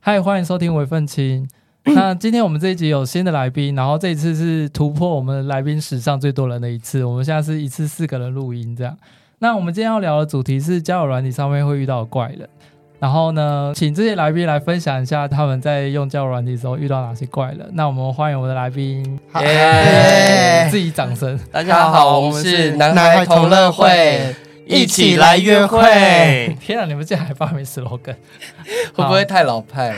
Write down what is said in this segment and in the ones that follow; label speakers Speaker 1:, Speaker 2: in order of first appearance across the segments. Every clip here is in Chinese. Speaker 1: 嗨，欢迎收听微愤 青。那今天我们这一集有新的来宾，然后这一次是突破我们来宾史上最多人的一次。我们现在是一次四个人录音这样。那我们今天要聊的主题是交友软体上面会遇到的怪人。然后呢，请这些来宾来分享一下他们在用交友软体的时候遇到哪些怪人。那我们欢迎我们的来宾，
Speaker 2: 好哎
Speaker 3: 哎
Speaker 4: 耶
Speaker 1: 自己掌 声。
Speaker 2: 大家好，我们是男孩同乐会，一起来约会，
Speaker 1: 天啊，你们竟然还发明 slogan？
Speaker 4: 会不会太老派？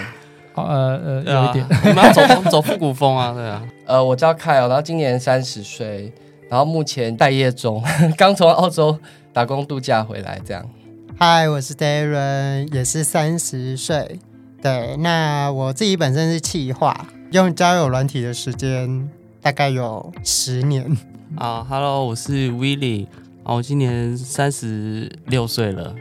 Speaker 1: 好，呃呃，
Speaker 2: 对
Speaker 1: 有一
Speaker 2: 啊
Speaker 1: 点。，
Speaker 2: 我们要走风走复古风啊，对
Speaker 1: 嗯
Speaker 2: 啊，
Speaker 4: 呃，我叫凯尔，然后今年三十岁，然后目前待业中， 刚从澳洲打工度假回来，这样。
Speaker 3: 嗨，我是 Darren，也是三十岁。对，那我自己本身是企划，用交友软体的时间大概有十年。
Speaker 2: 啊，Hello，我是 Willy，啊，我今年三十六岁了，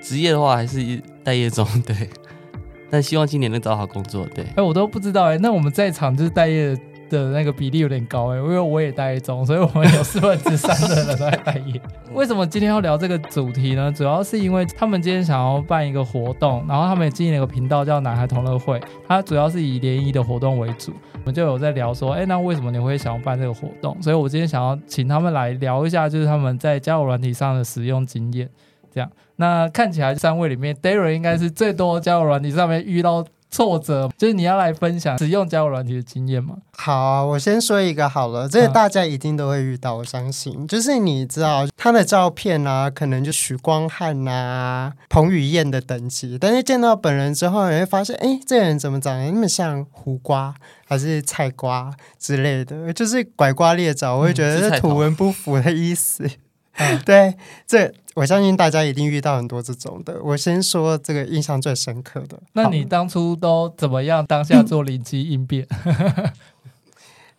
Speaker 2: 职业的话还是待业中，对， 但希望今年能找好工作，对，
Speaker 1: 哎、我都不知道哎、那我们在场就是待业的那个比例有点高哎、因为我也待业中，所以我们有四分之三的人都在待业。 为什么今天要聊这个主题呢？主要是因为他们今天想要办一个活动，然后他们也经营了一个频道叫“男孩同乐会”，它主要是以联谊的活动为主。我们就有在聊说，哎、那为什么你会想要办这个活动？所以我今天想要请他们来聊一下，就是他们在交友软体上的使用经验。这样，那看起来三位里面，Darren 应该是最多交友软体上面遇到挫折，就是你要来分享使用交友软体的经验嘛？
Speaker 3: 好啊，我先说一个好了，这个
Speaker 1: 嗯
Speaker 3: 大家一定都会遇到，我相信。就是你知道他的照片啊，可能就许光汉啊、彭于晏的等级，但是见到本人之后，你会发现，哎，这个人怎么长得那么像胡瓜还是菜瓜之类的，就是拐瓜裂枣，我会觉
Speaker 2: 嗯是
Speaker 3: 得
Speaker 2: 菜
Speaker 3: 这
Speaker 2: 头
Speaker 3: 图文不符的意思。
Speaker 1: 嗯
Speaker 3: 对，这我相信大家一定遇到很多这种的。我先说这个印象最深刻的，
Speaker 1: 那
Speaker 3: 好
Speaker 1: 你当初都怎么样？当下做灵机应变？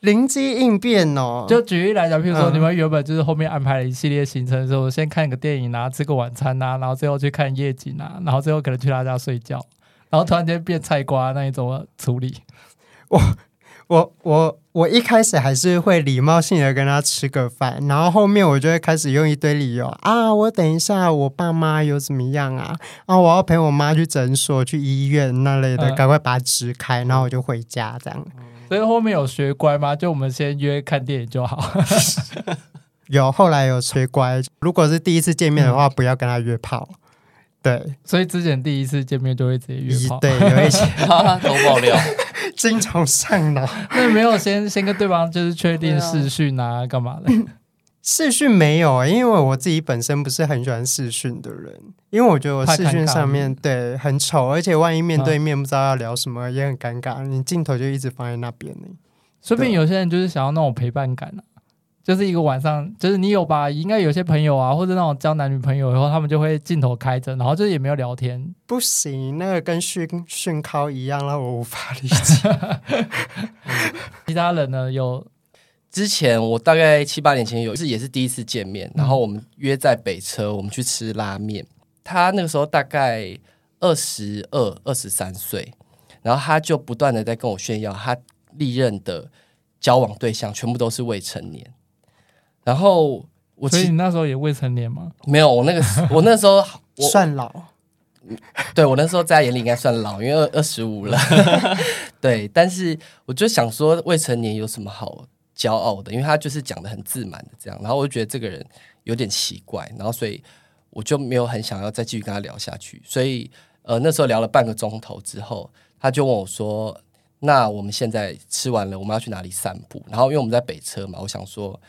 Speaker 3: 灵机应变哦，
Speaker 1: 就举例来讲，譬如说
Speaker 3: 嗯
Speaker 1: 你们原本就是后面安排了一系列行程的时候，先看个电影啊，吃个晚餐啊，然后最后去看夜景啊，然后最后可能去他家睡觉，然后突然间变菜瓜，那你怎么处理？
Speaker 3: 我我我一开始还是会礼貌性的跟他吃个饭，然后后面我就会开始用一堆理由啊，我等一下我爸妈有怎么样啊，啊我要陪我妈去诊所、去医院那类的，
Speaker 1: 嗯
Speaker 3: 赶快把它支开，然后我就回家这样。
Speaker 1: 所以后面有学乖吗？就我们先约看电影就好。
Speaker 3: 有后来有学乖，如果是第一次见面的
Speaker 1: 嗯
Speaker 3: 话，不要跟他约炮。对，
Speaker 1: 所以之前第一次见面就会直接约
Speaker 3: 一
Speaker 1: 炮。
Speaker 3: 对有一些
Speaker 2: 哈哈，都爆料，
Speaker 3: 精虫上脑。
Speaker 1: 那没有先先跟对方就是确定
Speaker 2: 对啊
Speaker 1: 视讯啊，干嘛的？
Speaker 3: 视讯没有，欸因为我自己本身不是很喜欢视讯的人，因为我觉得我视讯上面对很丑，而且万一
Speaker 1: 嗯
Speaker 3: 面对面不知道要聊什么也很尴尬，你镜头就一直放在那边呢。
Speaker 4: 啊
Speaker 1: 说不定有些人就是想要那种陪伴感啊，就是一个晚上，就是你有吧？应该有些朋友啊，或者那种交男女朋友以后，他们就会镜头开着，然后就是也没有聊天，
Speaker 3: 不行，那个跟训训靠一样，让我无法理 解。
Speaker 1: 其他人呢有
Speaker 4: 之前我大概七八年前有一次也是第一次见
Speaker 2: 嗯
Speaker 4: 面，然后我们约在北车，我们去吃拉面。他那个时候大概二十二、二十三岁，然后他就不断的在跟我炫耀他历任的交往对象全部都是未成年。然后我
Speaker 1: 所以
Speaker 4: 其
Speaker 1: 你那时候也未成年吗？
Speaker 4: 没有，我那 个时我那时候我
Speaker 3: 算老，
Speaker 4: 对我那时候在他眼里应该算老，因为二二十五了。 对，但是我就想说，未成年有什么好骄傲的？因为他就是讲的很自满的这样，然后我就觉得这个人有点奇怪，然后所以我就没有很想要再继续跟他聊下去。所以呃，那时候聊了半个钟头之后，他就问我说：“那我们现在吃完了，我们要去哪里散步？”然后因为我们在北车嘛，我想说。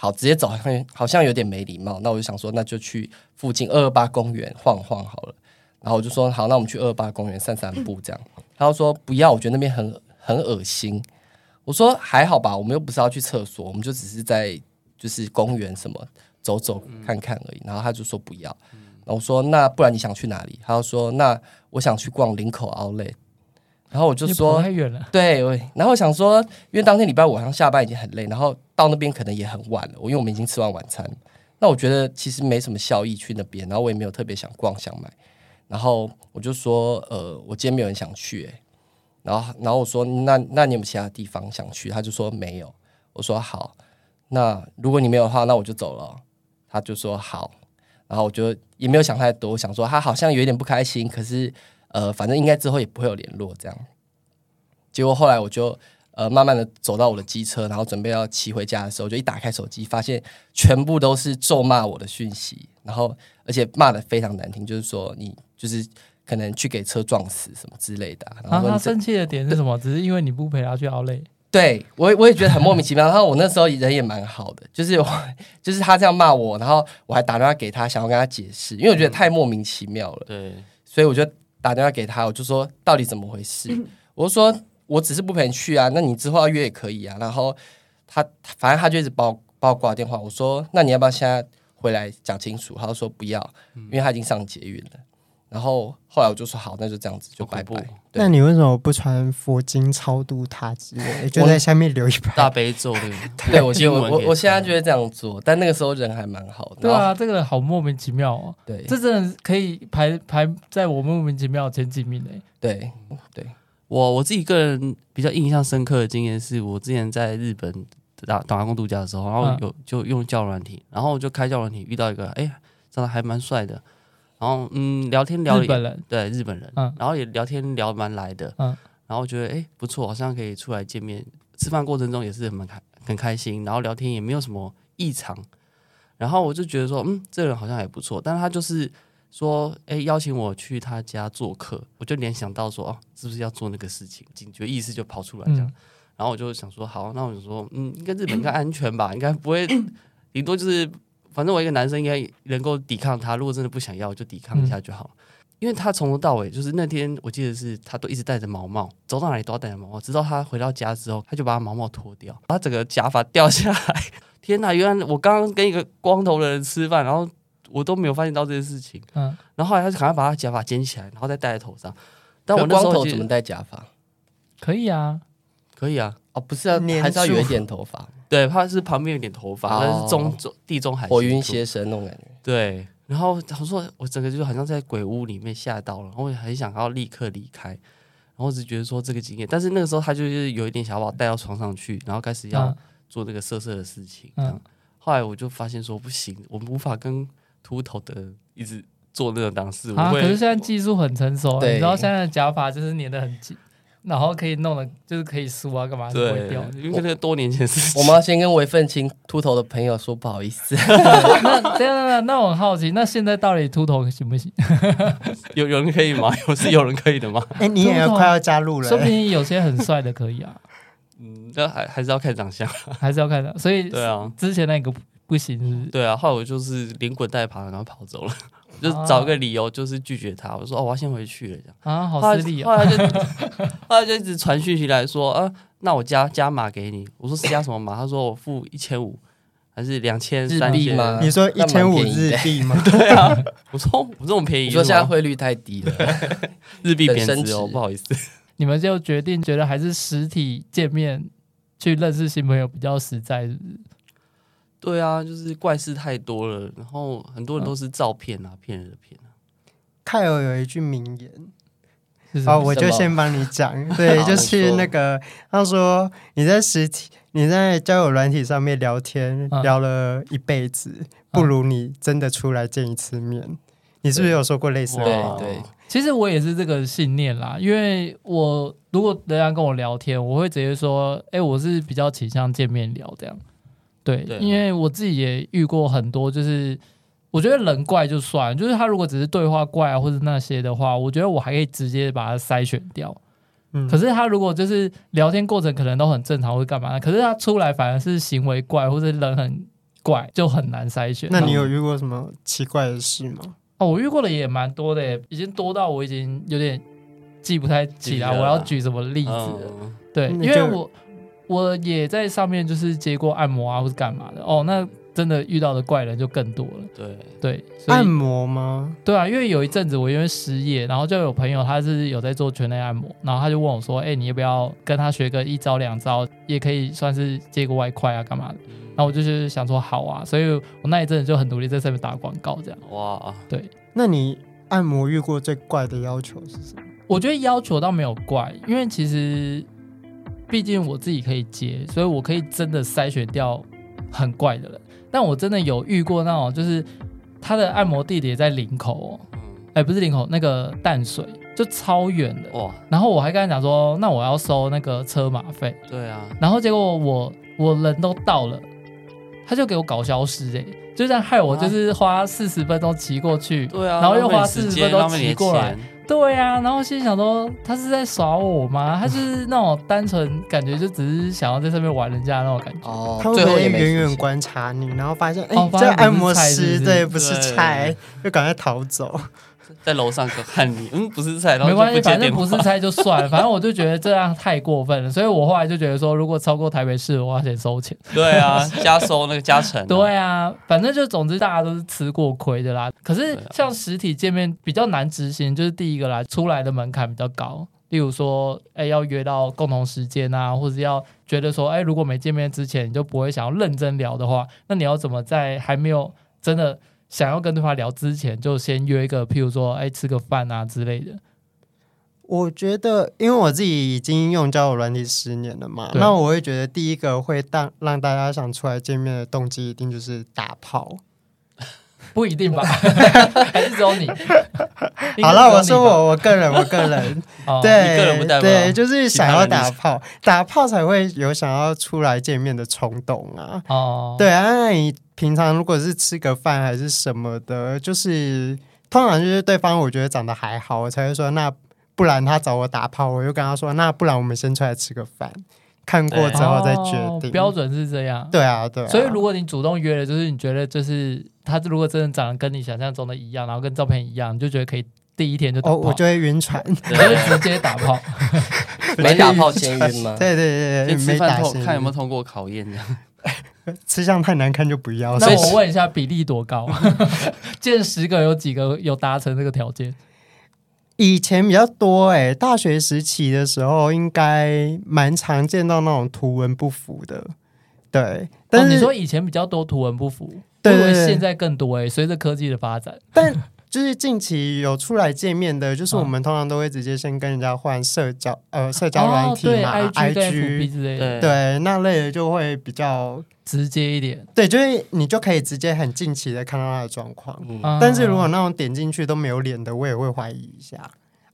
Speaker 4: 好，直接走好像好像有点没礼貌，那我就想说，那就去附近二二八公园晃晃好了。然后我就说好，那我们去二八公园散散步这样。他就说不要，我觉得那边很很恶心。我说还好吧，我们又不是要去厕所，我们就只是在就是公园什么走走看看而已。然后他就说不要，然后我说那不然你想去哪里？他就说那我想去逛林口 Outlet。然后我就
Speaker 1: 你
Speaker 4: 说
Speaker 1: 跑太远了，
Speaker 4: 对，我然后我想说，因为当天礼拜五好像下班已经很累，然后到那边可能也很晚了，我因为我们已经吃完晚餐，那我觉得其实没什么效益去那边，然后我也没有特别想逛想买，然后我就说，呃，我今天没有人想去、欸，然后然后我说，那那你有没有其他地方想去？他就说没有，我说好，那如果你没有的话，那我就走了哦，他就说好，然后我就也没有想太多，我想说他好像有一点不开心，可是呃，反正应该之后也不会有联络这样。结果后来我就呃慢慢的走到我的机车，然后准备要骑回家的时候，就一打开手机，发现全部都是咒骂我的讯息，然后而且骂的非常难听，就是说你就是可能去给车撞死什么之类的啊、然后
Speaker 1: 啊，
Speaker 4: 说
Speaker 1: 他
Speaker 4: 你这
Speaker 1: 生气的点是什 么？只是因为你不陪他去熬累。
Speaker 4: 对我也我也觉得很莫名其妙。然后我那时候人也蛮好的，就是我就是他这样骂我，然后我还打电话给他，想要跟他解释，因为我觉得太莫名其妙了，
Speaker 2: 对，
Speaker 4: 所以我就打电话给他，我就说到底怎么回事？我就说我只是不陪你去啊，那你之后要约也可以啊。然后他他反正他就一直把我把我挂电话，我说那你要不要现在回来讲清楚？他就说不要，因为他已经上捷运了。然后后来我就说好，那就这样子，就
Speaker 2: 好
Speaker 4: 拜
Speaker 2: 恐怖
Speaker 4: 拜。对
Speaker 3: 那你为什么不穿佛经超度他之类，就在下面留一排？
Speaker 2: 大悲咒那个
Speaker 4: 对，我就
Speaker 2: 经
Speaker 4: 我
Speaker 2: 文
Speaker 4: 我
Speaker 2: 给
Speaker 4: 我
Speaker 2: 他
Speaker 4: 现在就会这样做，但那个时候人还蛮好的。
Speaker 1: 对啊，这个人好莫名其妙哦，
Speaker 4: 对
Speaker 1: 这真的可以排排在我莫名其妙前几名欸诶。
Speaker 4: 对，
Speaker 2: 我我自己个人比较印象深刻的经验是，我之前在日本打打工度假的时候，然后
Speaker 1: 嗯
Speaker 2: 有就用交友软体，然后就开交友软体遇到一个，哎、长得还蛮帅的，然后嗯，聊天聊得
Speaker 1: 日
Speaker 2: 也
Speaker 1: 本人
Speaker 2: 对日本人，
Speaker 1: 嗯
Speaker 2: 然后也聊天聊蛮来的，
Speaker 1: 嗯
Speaker 2: 然后觉得哎、不错，好像可以出来见面，吃饭过程中也是很蛮开很开心，然后聊天也没有什么异常，然后我就觉得说，嗯，这个人好像还不错，但是他就是说，哎、邀请我去他家做客，我就联想到说，哦，是不是要做那个事情，警觉意识就跑出来这样，
Speaker 1: 嗯
Speaker 2: 然后我就想说，好，那我就说，嗯，应该日本应该安全吧，应该不会，顶多就是，反正我一个男生应该能够抵抗他，如果真的不想要，就抵抗一下就好了。因为他从头到尾就是那天，我记得是他都一直戴着毛帽，走到哪里都要戴着毛帽，直到他回到家之后，他就把他毛帽脱掉，把他整个假发掉下来。天哪！原来我刚刚跟一个光头的人吃饭，然后我都没有发现到这件事情。
Speaker 1: 嗯，
Speaker 2: 然后后来他就赶快把他假发捡起来，然后再戴在头上。
Speaker 4: 但
Speaker 2: 但我
Speaker 4: 我
Speaker 2: 那
Speaker 4: 光
Speaker 2: 时候
Speaker 4: 头
Speaker 2: 记
Speaker 4: 怎
Speaker 2: 得
Speaker 4: 么戴假发？
Speaker 1: 可以啊，
Speaker 2: 可以啊？
Speaker 4: 哦，不是啊，
Speaker 3: 粘
Speaker 4: 还是要有一
Speaker 3: 住
Speaker 4: 点头发，
Speaker 2: 对，他是旁边有点头发，
Speaker 4: 哦
Speaker 2: 但是中中地中海型
Speaker 4: 火云
Speaker 2: 秃
Speaker 4: 邪神那种感觉。
Speaker 2: 对，然后他说我整个就好像在鬼屋里面吓到了，然后我很想要立刻离开，然后我只觉得说这个经验，但是那个时候他就是有一点想要把我带到床上去，然后开始要
Speaker 1: 嗯
Speaker 2: 做那个色色的事情。
Speaker 1: 嗯
Speaker 2: 嗯，后来我就发现说不行，我们无法跟秃头的人一直做那种档事，我
Speaker 1: 啊，可
Speaker 2: 会
Speaker 1: 是现在技术很成熟，
Speaker 4: 对
Speaker 1: 你知道现在的假发就是粘的很紧，然后可以弄的，就是可以梳啊，干嘛就不会
Speaker 2: 对
Speaker 1: 掉。，
Speaker 2: 因为那个多年前的事情。
Speaker 4: 我们要先跟韦愤青秃头的朋友说不好意 思，
Speaker 1: 那等一下等一下，那我很好奇，那现在到底秃头行不 行？
Speaker 2: 有有人可以吗？有是有人可以的吗？
Speaker 3: 哎、你也快要加入了、欸
Speaker 1: 说不定有些很帅的可以 啊，
Speaker 2: 嗯，那还还是要看长相。
Speaker 1: 还是要看的。所以
Speaker 2: 对啊，
Speaker 1: 之前那个不不行，是不是？
Speaker 2: 对啊，后来我就是连滚带爬，然后跑走了，
Speaker 1: 啊
Speaker 2: 就是找一个理由就是拒绝他。我说哦，我要先回去了这样。
Speaker 1: 啊，好失礼啊！
Speaker 2: 后来后来就 后来就一直传讯息来说啊，那我加加码给你。我说是加什么码？他说我付一千五还是两千
Speaker 4: 日
Speaker 2: 三
Speaker 4: 币
Speaker 2: 千？
Speaker 4: 吗
Speaker 3: 你说一
Speaker 4: 那
Speaker 3: 千
Speaker 4: 蛮
Speaker 3: 五
Speaker 4: 便宜
Speaker 3: 日
Speaker 4: 的
Speaker 3: 币吗？
Speaker 2: 我说我这么便 宜
Speaker 4: 你
Speaker 2: 是
Speaker 4: 说
Speaker 2: 吗，
Speaker 4: 现在汇率太低 了，
Speaker 2: 日币贬
Speaker 4: 本
Speaker 2: 值
Speaker 4: 升
Speaker 2: 哦，
Speaker 4: 值
Speaker 2: 不好意思。
Speaker 1: 你们就决定觉得还是实体见面去认识新朋友比较实在，是不是
Speaker 2: 对啊，就是怪事太多了，然后很
Speaker 1: 嗯
Speaker 2: 多人都是照片啊，骗人的骗啊。
Speaker 3: 凯尔有一句名言，
Speaker 1: 是什
Speaker 3: 哦，
Speaker 1: 么？
Speaker 3: 我就先帮你讲， 对，
Speaker 4: 好
Speaker 3: 就
Speaker 4: 你
Speaker 3: 是
Speaker 4: 说
Speaker 3: 那个他说你在实体你在交友软体上面聊天、
Speaker 1: 嗯
Speaker 3: 聊了一辈子，不如你真的出来见一次面。你是不是有说过类似的
Speaker 4: 对
Speaker 1: 啊
Speaker 3: 话？
Speaker 4: 对，
Speaker 1: 其实我也是这个信念啦，因为我如果人家跟我聊天，我会直接说，哎、我是比较倾向见面聊这样。对，
Speaker 2: 对
Speaker 1: 因为我自己也遇过很多，就是我觉得人怪就算了，就是他如果只是对话怪啊或者那些的话，我觉得我还可以直接把它筛选掉。
Speaker 3: 嗯
Speaker 1: 可是他如果就是聊天过程可能都很正常，会干嘛？可是他出来反而是行为怪，或者人很怪，就很难筛选。
Speaker 3: 那你有遇过什么奇怪的事吗？
Speaker 1: 哦，我遇过的也蛮多的耶，已经多到我已经有点记不太起来，
Speaker 2: 记不得
Speaker 1: 我
Speaker 2: 了
Speaker 1: 要举什么例子了。
Speaker 2: 嗯，
Speaker 1: 对，
Speaker 3: 嗯
Speaker 1: 因为
Speaker 3: 就
Speaker 1: 我我也在上面就是接过按摩啊，或是干嘛的。哦，那真的遇到的怪人就更多了。
Speaker 2: 对，
Speaker 1: 对，所
Speaker 3: 按
Speaker 1: 以
Speaker 3: 摩吗？
Speaker 1: 对啊，因为有一阵子我因为失业，然后就有朋友他是有在做全内按摩，然后他就问我说：“哎、你要不要跟他学个一招两招，也可以算是接个外快啊，干嘛的？”然后我就是想说好啊，所以我那一阵子就很努力在上面打广告这样。
Speaker 2: 哇，
Speaker 3: 那你按摩遇过最怪的要求是什么？
Speaker 1: 我觉得要求倒没有怪，因为其实毕竟我自己可以接，所以我可以真的筛选掉很怪的人。但我真的有遇过那种，就是他的按摩地点在林口哦，
Speaker 2: 嗯，
Speaker 1: 哎、不是林口，那个淡水，就超远的。
Speaker 2: 哇，
Speaker 1: 然后我还跟他讲说，那我要收那个车马费。
Speaker 2: 对啊，
Speaker 1: 然后结果我我人都到了，他就给我搞消失哎、就这样害我
Speaker 2: 啊
Speaker 1: 就是花四十分钟骑过去，
Speaker 2: 对啊，
Speaker 1: 然后又花
Speaker 2: 浪费时
Speaker 1: 40
Speaker 2: 间
Speaker 1: 分钟
Speaker 2: 浪费你的
Speaker 1: 骑过来
Speaker 2: 钱，
Speaker 1: 对呀、然后心里想说他是在耍我吗？他就是那种单纯感觉就只是想要在上面玩人家的那种感觉。
Speaker 4: 哦
Speaker 3: 他，们
Speaker 4: 最后
Speaker 3: 会
Speaker 4: 也没
Speaker 3: 远
Speaker 4: 出
Speaker 3: 远
Speaker 4: 现
Speaker 3: 观察你，然后发现，哎、
Speaker 1: 哦发
Speaker 3: 这
Speaker 1: 现
Speaker 3: 按
Speaker 1: 不是
Speaker 3: 摩
Speaker 1: 菜是不
Speaker 3: 师
Speaker 1: 是
Speaker 3: 对，不是
Speaker 2: 对
Speaker 3: 菜，就赶快逃走。
Speaker 2: 在楼上看你，嗯，不是菜，然后
Speaker 1: 没
Speaker 2: 就
Speaker 1: 关系，
Speaker 2: 不接
Speaker 1: 反正
Speaker 2: 电话
Speaker 1: 不是猜就算了，反正我就觉得这样太过分了，所以我后来就觉得说，如果超过台北市，我要先收钱。
Speaker 2: 对啊，加收那个加成、啊，
Speaker 1: 对啊，反正就总之大家都是吃过亏的啦。可是
Speaker 2: 对啊
Speaker 1: 像实体见面比较难执行，就是第一个啦，出来的门槛比较高。例如说，哎、要约到共同时间啊，或者要觉得说，哎、如果没见面之前你就不会想要认真聊的话，那你要怎么在还没有真的想要跟对方聊之前，就先约一个，譬如说，哎、吃个饭啊之类的。
Speaker 3: 我觉得，因为我自己已经用交友软体十年了嘛，
Speaker 1: 对
Speaker 3: 那我会觉得第一个会让让大家想出来见面的动机，一定就是打炮。
Speaker 1: 不一 定吧？ 还是只有你？应该只有你吧，
Speaker 3: 好了，我说我我个人，我个 人，
Speaker 1: 哦，
Speaker 2: 你个人
Speaker 3: 对
Speaker 2: 不带吗
Speaker 3: 对，就是想要
Speaker 2: 其他人
Speaker 3: 打
Speaker 2: 就是
Speaker 3: 炮，打炮才会有想要出来见面的冲动啊。
Speaker 1: 哦，
Speaker 3: 对啊，那你平常如果是吃个饭还是什么的，就是通常就是对方我觉得长得还好，我才会说那不然他找我打炮，我就跟他说那不然我们先出来吃个饭，看过
Speaker 2: 对
Speaker 3: 之后再决
Speaker 1: 哦
Speaker 3: 定。
Speaker 1: 标准是这样。
Speaker 3: 对啊，对啊。
Speaker 1: 所以如果你主动约了，就是你觉得就是他如果真的长得跟你想象中的一样，然后跟照片一样，你就觉得可以第一天就打
Speaker 3: 哦，
Speaker 1: 炮，
Speaker 3: 我就哦会晕船。
Speaker 1: 你就直接打 炮。
Speaker 4: 没打炮先晕吗？
Speaker 3: 对对对对，
Speaker 2: 先吃
Speaker 3: 没
Speaker 2: 饭
Speaker 3: 打
Speaker 2: 透
Speaker 3: 先
Speaker 2: 看有没有通过考验这样。
Speaker 3: 吃相太难看就不要。
Speaker 1: 那
Speaker 3: 所以
Speaker 1: 我问一下，比例多高？ 见十个有几个有达成这个条件？
Speaker 3: 以前比较多哎、大学时期的时候应该蛮常见到那种图文不符的。对，但
Speaker 1: 哦、
Speaker 3: 是、
Speaker 1: 你说以前比较多图文不符，
Speaker 3: 对
Speaker 1: 我以为
Speaker 3: 对对
Speaker 1: 现在更多哎、随着科技的发展，
Speaker 3: 但就是近期有出来见面的，就是
Speaker 1: 嗯
Speaker 3: 我们通常都会直接先跟人家换社交呃社交软体
Speaker 1: 哦对
Speaker 3: 嘛、
Speaker 1: ，IG 跟 FB
Speaker 3: IG
Speaker 1: 之类的，
Speaker 2: 对
Speaker 3: 对那类的就会比较
Speaker 1: 直接一点。
Speaker 3: 对，就是你就可以直接很近期的看到他的状况。
Speaker 4: 嗯，
Speaker 1: 啊
Speaker 3: 但是如果那种点进去都没有脸的，我也会怀疑一下。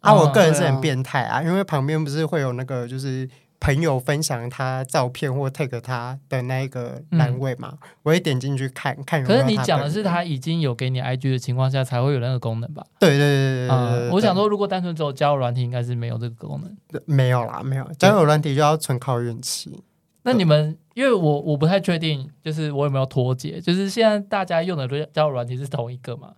Speaker 3: 啊，
Speaker 1: 嗯
Speaker 3: 我个人是
Speaker 2: 对啊
Speaker 3: 很变态啊，因为旁边不是会有那个就是朋友分享他照片或 tag 他的那一个栏位嘛，我会点进去看看有
Speaker 1: 嗯可
Speaker 3: 没有
Speaker 1: 是
Speaker 3: 他本
Speaker 1: 你
Speaker 3: 人。
Speaker 1: 讲的是他已经有给你 IG 的情况下才会有那个功能吧？
Speaker 3: 对对对对对对对
Speaker 1: 啊、
Speaker 3: 对
Speaker 1: 我想说，如果单纯只有交友软体，应该是没有这个功能。
Speaker 3: 对没有啦，没有交友软体就要纯靠运气。
Speaker 1: 那你们，因为我我不太确定，就是我有没有脱节，就是现在大家用的交友软体是同一个嘛？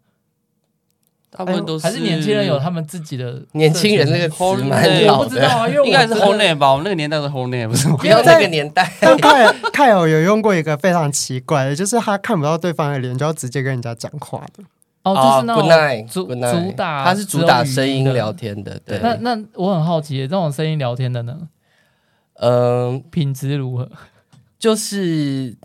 Speaker 2: 大部分都
Speaker 1: 哎还是年轻人有他们自己的
Speaker 4: 年轻人那个词蛮
Speaker 2: 对
Speaker 1: 我
Speaker 4: 老
Speaker 1: 不知道
Speaker 4: 的，
Speaker 1: 啊，因为我
Speaker 2: 应该是
Speaker 1: 真的
Speaker 2: Whole Name 吧？我们那个年代是 Whole Name 不是吗？
Speaker 4: 不要那个年代。
Speaker 3: 但看看友有用过一个非常奇怪的，就是他看不到对方的脸，就要直接跟人家讲话的。
Speaker 1: 哦，就
Speaker 4: 啊
Speaker 1: 是那
Speaker 4: g o o d
Speaker 1: 种
Speaker 4: night，
Speaker 1: 主
Speaker 4: good night
Speaker 1: 主打
Speaker 4: 它是主打声音聊天的，对，
Speaker 1: 那那我很好奇，这种声音聊天的呢，
Speaker 4: 嗯，
Speaker 1: 品质如何？
Speaker 4: 就是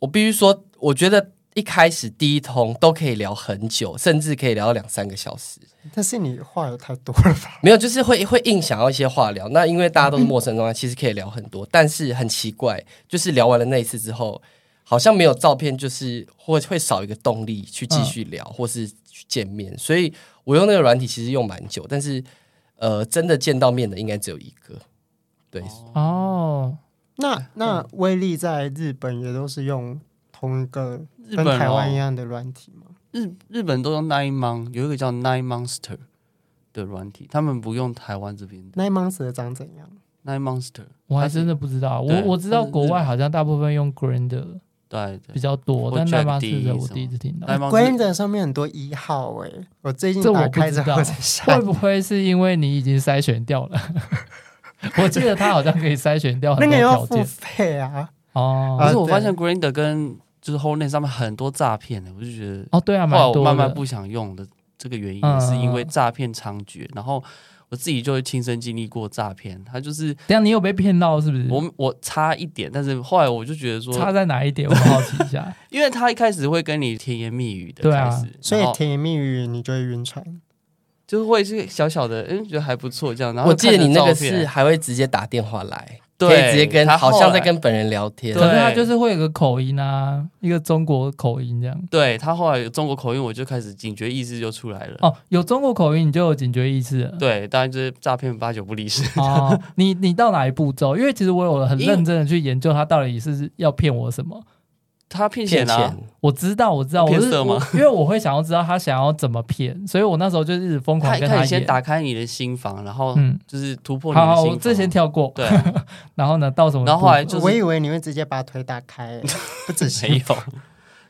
Speaker 4: 我必须说，我觉得一开始第一通都可以聊很久，甚至可以聊到两三个小时。
Speaker 3: 但是你话有太多了吧？
Speaker 4: 没有，就是会会硬想要一些话聊。那因为大家都是陌生状态，其实可以聊很多，但是很奇怪，就是聊完了那一次之后，好像没有照片，就是会会少一个动力去继续聊，或是去见面。所以我用那个软体其实用蛮久，但是呃，真的见到面的应该只有一个。对，
Speaker 1: 哦，
Speaker 3: 那那威力在日本也都是用同一个
Speaker 2: 日
Speaker 3: 跟
Speaker 2: 本
Speaker 3: 台湾一
Speaker 2: 哦，
Speaker 3: 样的软体吗？
Speaker 2: 日日本都用 Nine Mon，有一个叫 Nine Monster 的软体，他们不用台湾这边的
Speaker 3: 那 Nine Monster 长怎样？
Speaker 2: Nine Monster。
Speaker 1: 我还真的不知道，我
Speaker 2: 对
Speaker 1: 我知道
Speaker 2: 它是
Speaker 1: 国外好像大部分用 Green 的
Speaker 2: 对
Speaker 1: 比
Speaker 2: 对
Speaker 1: 较多，
Speaker 2: 或
Speaker 1: 但
Speaker 2: Jack
Speaker 1: 那巴
Speaker 2: D
Speaker 1: 是的，我
Speaker 2: 什么
Speaker 1: 第一次听到。
Speaker 2: ，Nine
Speaker 3: 关键
Speaker 2: Monster
Speaker 3: 的上面很多一号哎、我最近
Speaker 1: 这我
Speaker 3: 打
Speaker 1: 不
Speaker 3: 开
Speaker 1: 知
Speaker 3: 之
Speaker 1: 道
Speaker 3: 后在
Speaker 1: 会
Speaker 3: 下，
Speaker 1: 不会是因为你已经筛选掉了？ 我记得他好像可以筛选掉
Speaker 3: 那
Speaker 1: 很
Speaker 3: 个
Speaker 1: 多
Speaker 3: 要
Speaker 1: 条
Speaker 3: 付
Speaker 1: 件
Speaker 3: 费啊。
Speaker 1: 哦
Speaker 2: 可
Speaker 3: 啊
Speaker 2: 是我
Speaker 3: 对
Speaker 2: 发现 Grinder 跟就是 Whole Name 上面很多诈骗的，我就觉得
Speaker 1: 哦，对啊，
Speaker 2: 后
Speaker 1: 蛮
Speaker 2: 来
Speaker 1: 多的
Speaker 2: 我慢慢不想用的这个原因，
Speaker 1: 嗯
Speaker 2: 也是因为诈骗猖獗，然后我自己就亲身经历过诈骗。他就是
Speaker 1: 等一下你有被骗到是不是？
Speaker 2: 我我差一点，但是后来我就觉得
Speaker 1: 嗯差
Speaker 2: 说，
Speaker 1: 在哪一 点？我好奇一下。
Speaker 2: 因为他一开始会跟你甜言蜜语的
Speaker 1: 对啊
Speaker 2: 开始，
Speaker 3: 所以
Speaker 2: 然后
Speaker 3: 甜言蜜语你就会晕船，
Speaker 2: 就是会是小小的，嗯，觉得还不错这样。然后
Speaker 4: 我记得你那个
Speaker 2: 看着照
Speaker 4: 是
Speaker 2: 片
Speaker 4: 还会直接打电话来，可以
Speaker 2: 对，
Speaker 4: 直接跟
Speaker 2: 他后
Speaker 4: 好
Speaker 2: 来
Speaker 4: 像在跟本人聊天。
Speaker 1: 可
Speaker 2: 对
Speaker 1: 是他就是会有个口音啊，一个中国口音这样。
Speaker 2: 对他后来有中国口音，我就开始警觉意识就出来了。
Speaker 1: 哦，有中国口音你就有警觉意识了。
Speaker 2: 对，当然就是诈骗八九不离十。
Speaker 1: 哦，你你到哪一步骤？因为其实我有很
Speaker 2: 因为
Speaker 1: 认真的去研究他到底是要骗我什么。
Speaker 2: 他骗
Speaker 4: 骗
Speaker 2: 钱啊
Speaker 4: 钱，，
Speaker 1: 我知道，我知道，我
Speaker 2: 骗
Speaker 1: 是
Speaker 2: 色吗
Speaker 1: 我因为我会想要知道他想要怎么骗，所以我那时候就一直疯狂
Speaker 2: 他
Speaker 1: 跟
Speaker 2: 他先
Speaker 1: 演。
Speaker 2: 打开你的心房，然后
Speaker 1: 嗯，
Speaker 2: 就是突破你
Speaker 1: 好
Speaker 2: 的
Speaker 1: 好，
Speaker 2: 心
Speaker 1: 我
Speaker 2: 房。啊
Speaker 1: 这先跳过。
Speaker 2: 对，
Speaker 1: 然后呢，到什么？
Speaker 2: 然后后来就是
Speaker 3: 我以为你会直接把腿打开，欸不只是
Speaker 2: 没有。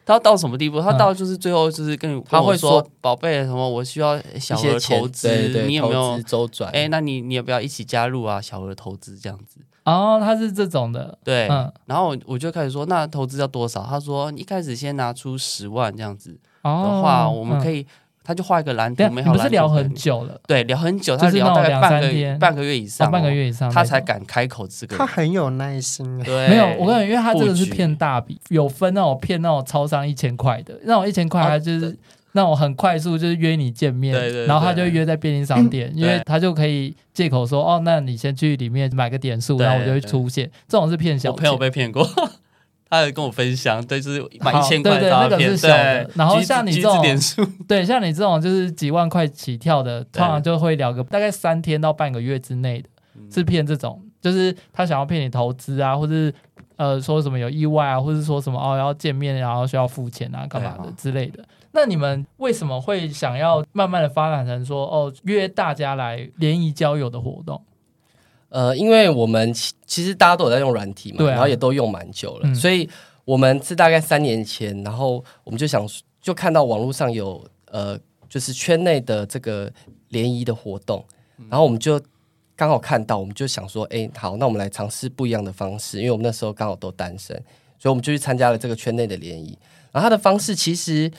Speaker 2: 他到什么地步？他到就是最后就是跟你，
Speaker 4: 嗯他会
Speaker 2: 跟我说
Speaker 4: 说
Speaker 2: 宝贝什么，我需要小
Speaker 4: 一些
Speaker 2: 额
Speaker 4: 钱
Speaker 2: 投资
Speaker 4: 对，对
Speaker 2: 你有没
Speaker 4: 投
Speaker 2: 有
Speaker 4: 资？周转？
Speaker 2: 哎，那你你要不要一起加入啊？小额投资这样子。
Speaker 1: 哦，他是这种的。
Speaker 2: 对，
Speaker 1: 嗯，
Speaker 2: 然后我我就开始说，那投资要多少？他说一开始先拿出十万这样子
Speaker 1: 哦嗯
Speaker 2: 的话，我们可
Speaker 1: 以。
Speaker 2: 以，他就画一个蓝图，
Speaker 1: 对，啊
Speaker 2: 美
Speaker 1: 你
Speaker 2: 好
Speaker 1: 不
Speaker 2: 蓝
Speaker 1: 是
Speaker 2: 图
Speaker 1: 聊
Speaker 2: 给
Speaker 1: 很
Speaker 2: 你
Speaker 1: 久了，
Speaker 2: 对，聊很久，
Speaker 1: 就
Speaker 2: 他
Speaker 1: 是那
Speaker 2: 聊
Speaker 1: 种
Speaker 2: 大概
Speaker 1: 两
Speaker 2: 半
Speaker 1: 三
Speaker 2: 个月
Speaker 1: 天
Speaker 2: 半个月以上
Speaker 1: 上
Speaker 2: 哦，
Speaker 1: 半个月以上那种，
Speaker 2: 他才敢开口这个
Speaker 3: 他。很有耐心哎。
Speaker 2: 对，
Speaker 1: 没有，我跟你讲，因为他这个
Speaker 2: 布
Speaker 1: 是
Speaker 2: 局
Speaker 1: 骗大笔，有分那种骗那种超商一千块的，那种一千块
Speaker 2: 啊
Speaker 1: 他就是那种很快速，就是约你见面，
Speaker 2: 对对
Speaker 1: 然后他就
Speaker 2: 对嗯
Speaker 1: 约在便利商店，因为
Speaker 2: 对
Speaker 1: 他就可以借口说哦，那你先去里面买个点数，
Speaker 2: 对
Speaker 1: 然后我就会出现。这种是骗小
Speaker 2: 我朋友
Speaker 1: 钱
Speaker 2: 被骗过， 他有跟我分享，对，就是买
Speaker 1: 好
Speaker 2: 一千块
Speaker 1: 对对
Speaker 2: 诈
Speaker 1: 那个
Speaker 2: 骗，
Speaker 1: 是小的
Speaker 2: 对
Speaker 1: 然后
Speaker 2: 橘子
Speaker 1: 像你
Speaker 2: 橘
Speaker 1: 这
Speaker 2: 子
Speaker 1: 种
Speaker 2: 点数，
Speaker 1: 对，像你这种就是几万块起跳的，
Speaker 2: 对嗯
Speaker 1: 通常就会聊个大概三天到半个月之内的，是骗这种，就是他想要骗你投资啊，或是呃说什么有意外啊，或是说什么哦要见面然后需要付钱啊，干嘛
Speaker 2: 对
Speaker 1: 的
Speaker 2: 啊
Speaker 1: 之类的。那你们为什么会想要慢慢的发展成说哦约大家来联谊交友的活动？
Speaker 4: 呃，因为我们其其实大家都有在用软体嘛，
Speaker 1: 对啊
Speaker 4: 然后也都用蛮久了，
Speaker 1: 嗯
Speaker 4: 所以我们是大概三年前，然后我们就想就看到网络上有呃，就是圈内的这个联谊的活动，
Speaker 2: 嗯
Speaker 4: 然后我们就刚好看到，我们就想说，哎，好，那我们来尝试不一样的方式，因为我们那时候刚好都单身，所以我们就去参加了这个圈内的联谊。然后他的方式其实。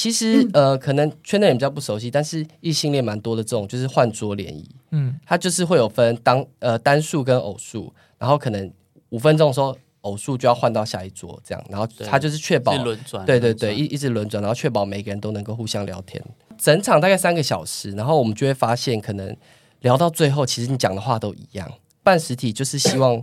Speaker 4: 其实，呃，可能圈内人比较不熟悉，但是异性恋蛮多的这种，就是换桌联谊。
Speaker 1: 嗯，
Speaker 4: 它就是会有分当呃单数跟偶数，然后可能五分钟的时候偶数就要换到下一桌这样，然后
Speaker 2: 对
Speaker 4: 它就是确保
Speaker 2: 是轮转，
Speaker 4: 对对
Speaker 2: 轮转哦
Speaker 4: 对一一直轮转，然后确保每个人都能够互相聊天。整场大概三个小时，然后我们就会发现，可能聊到最后，其实你讲的话都一样。办实体就是希望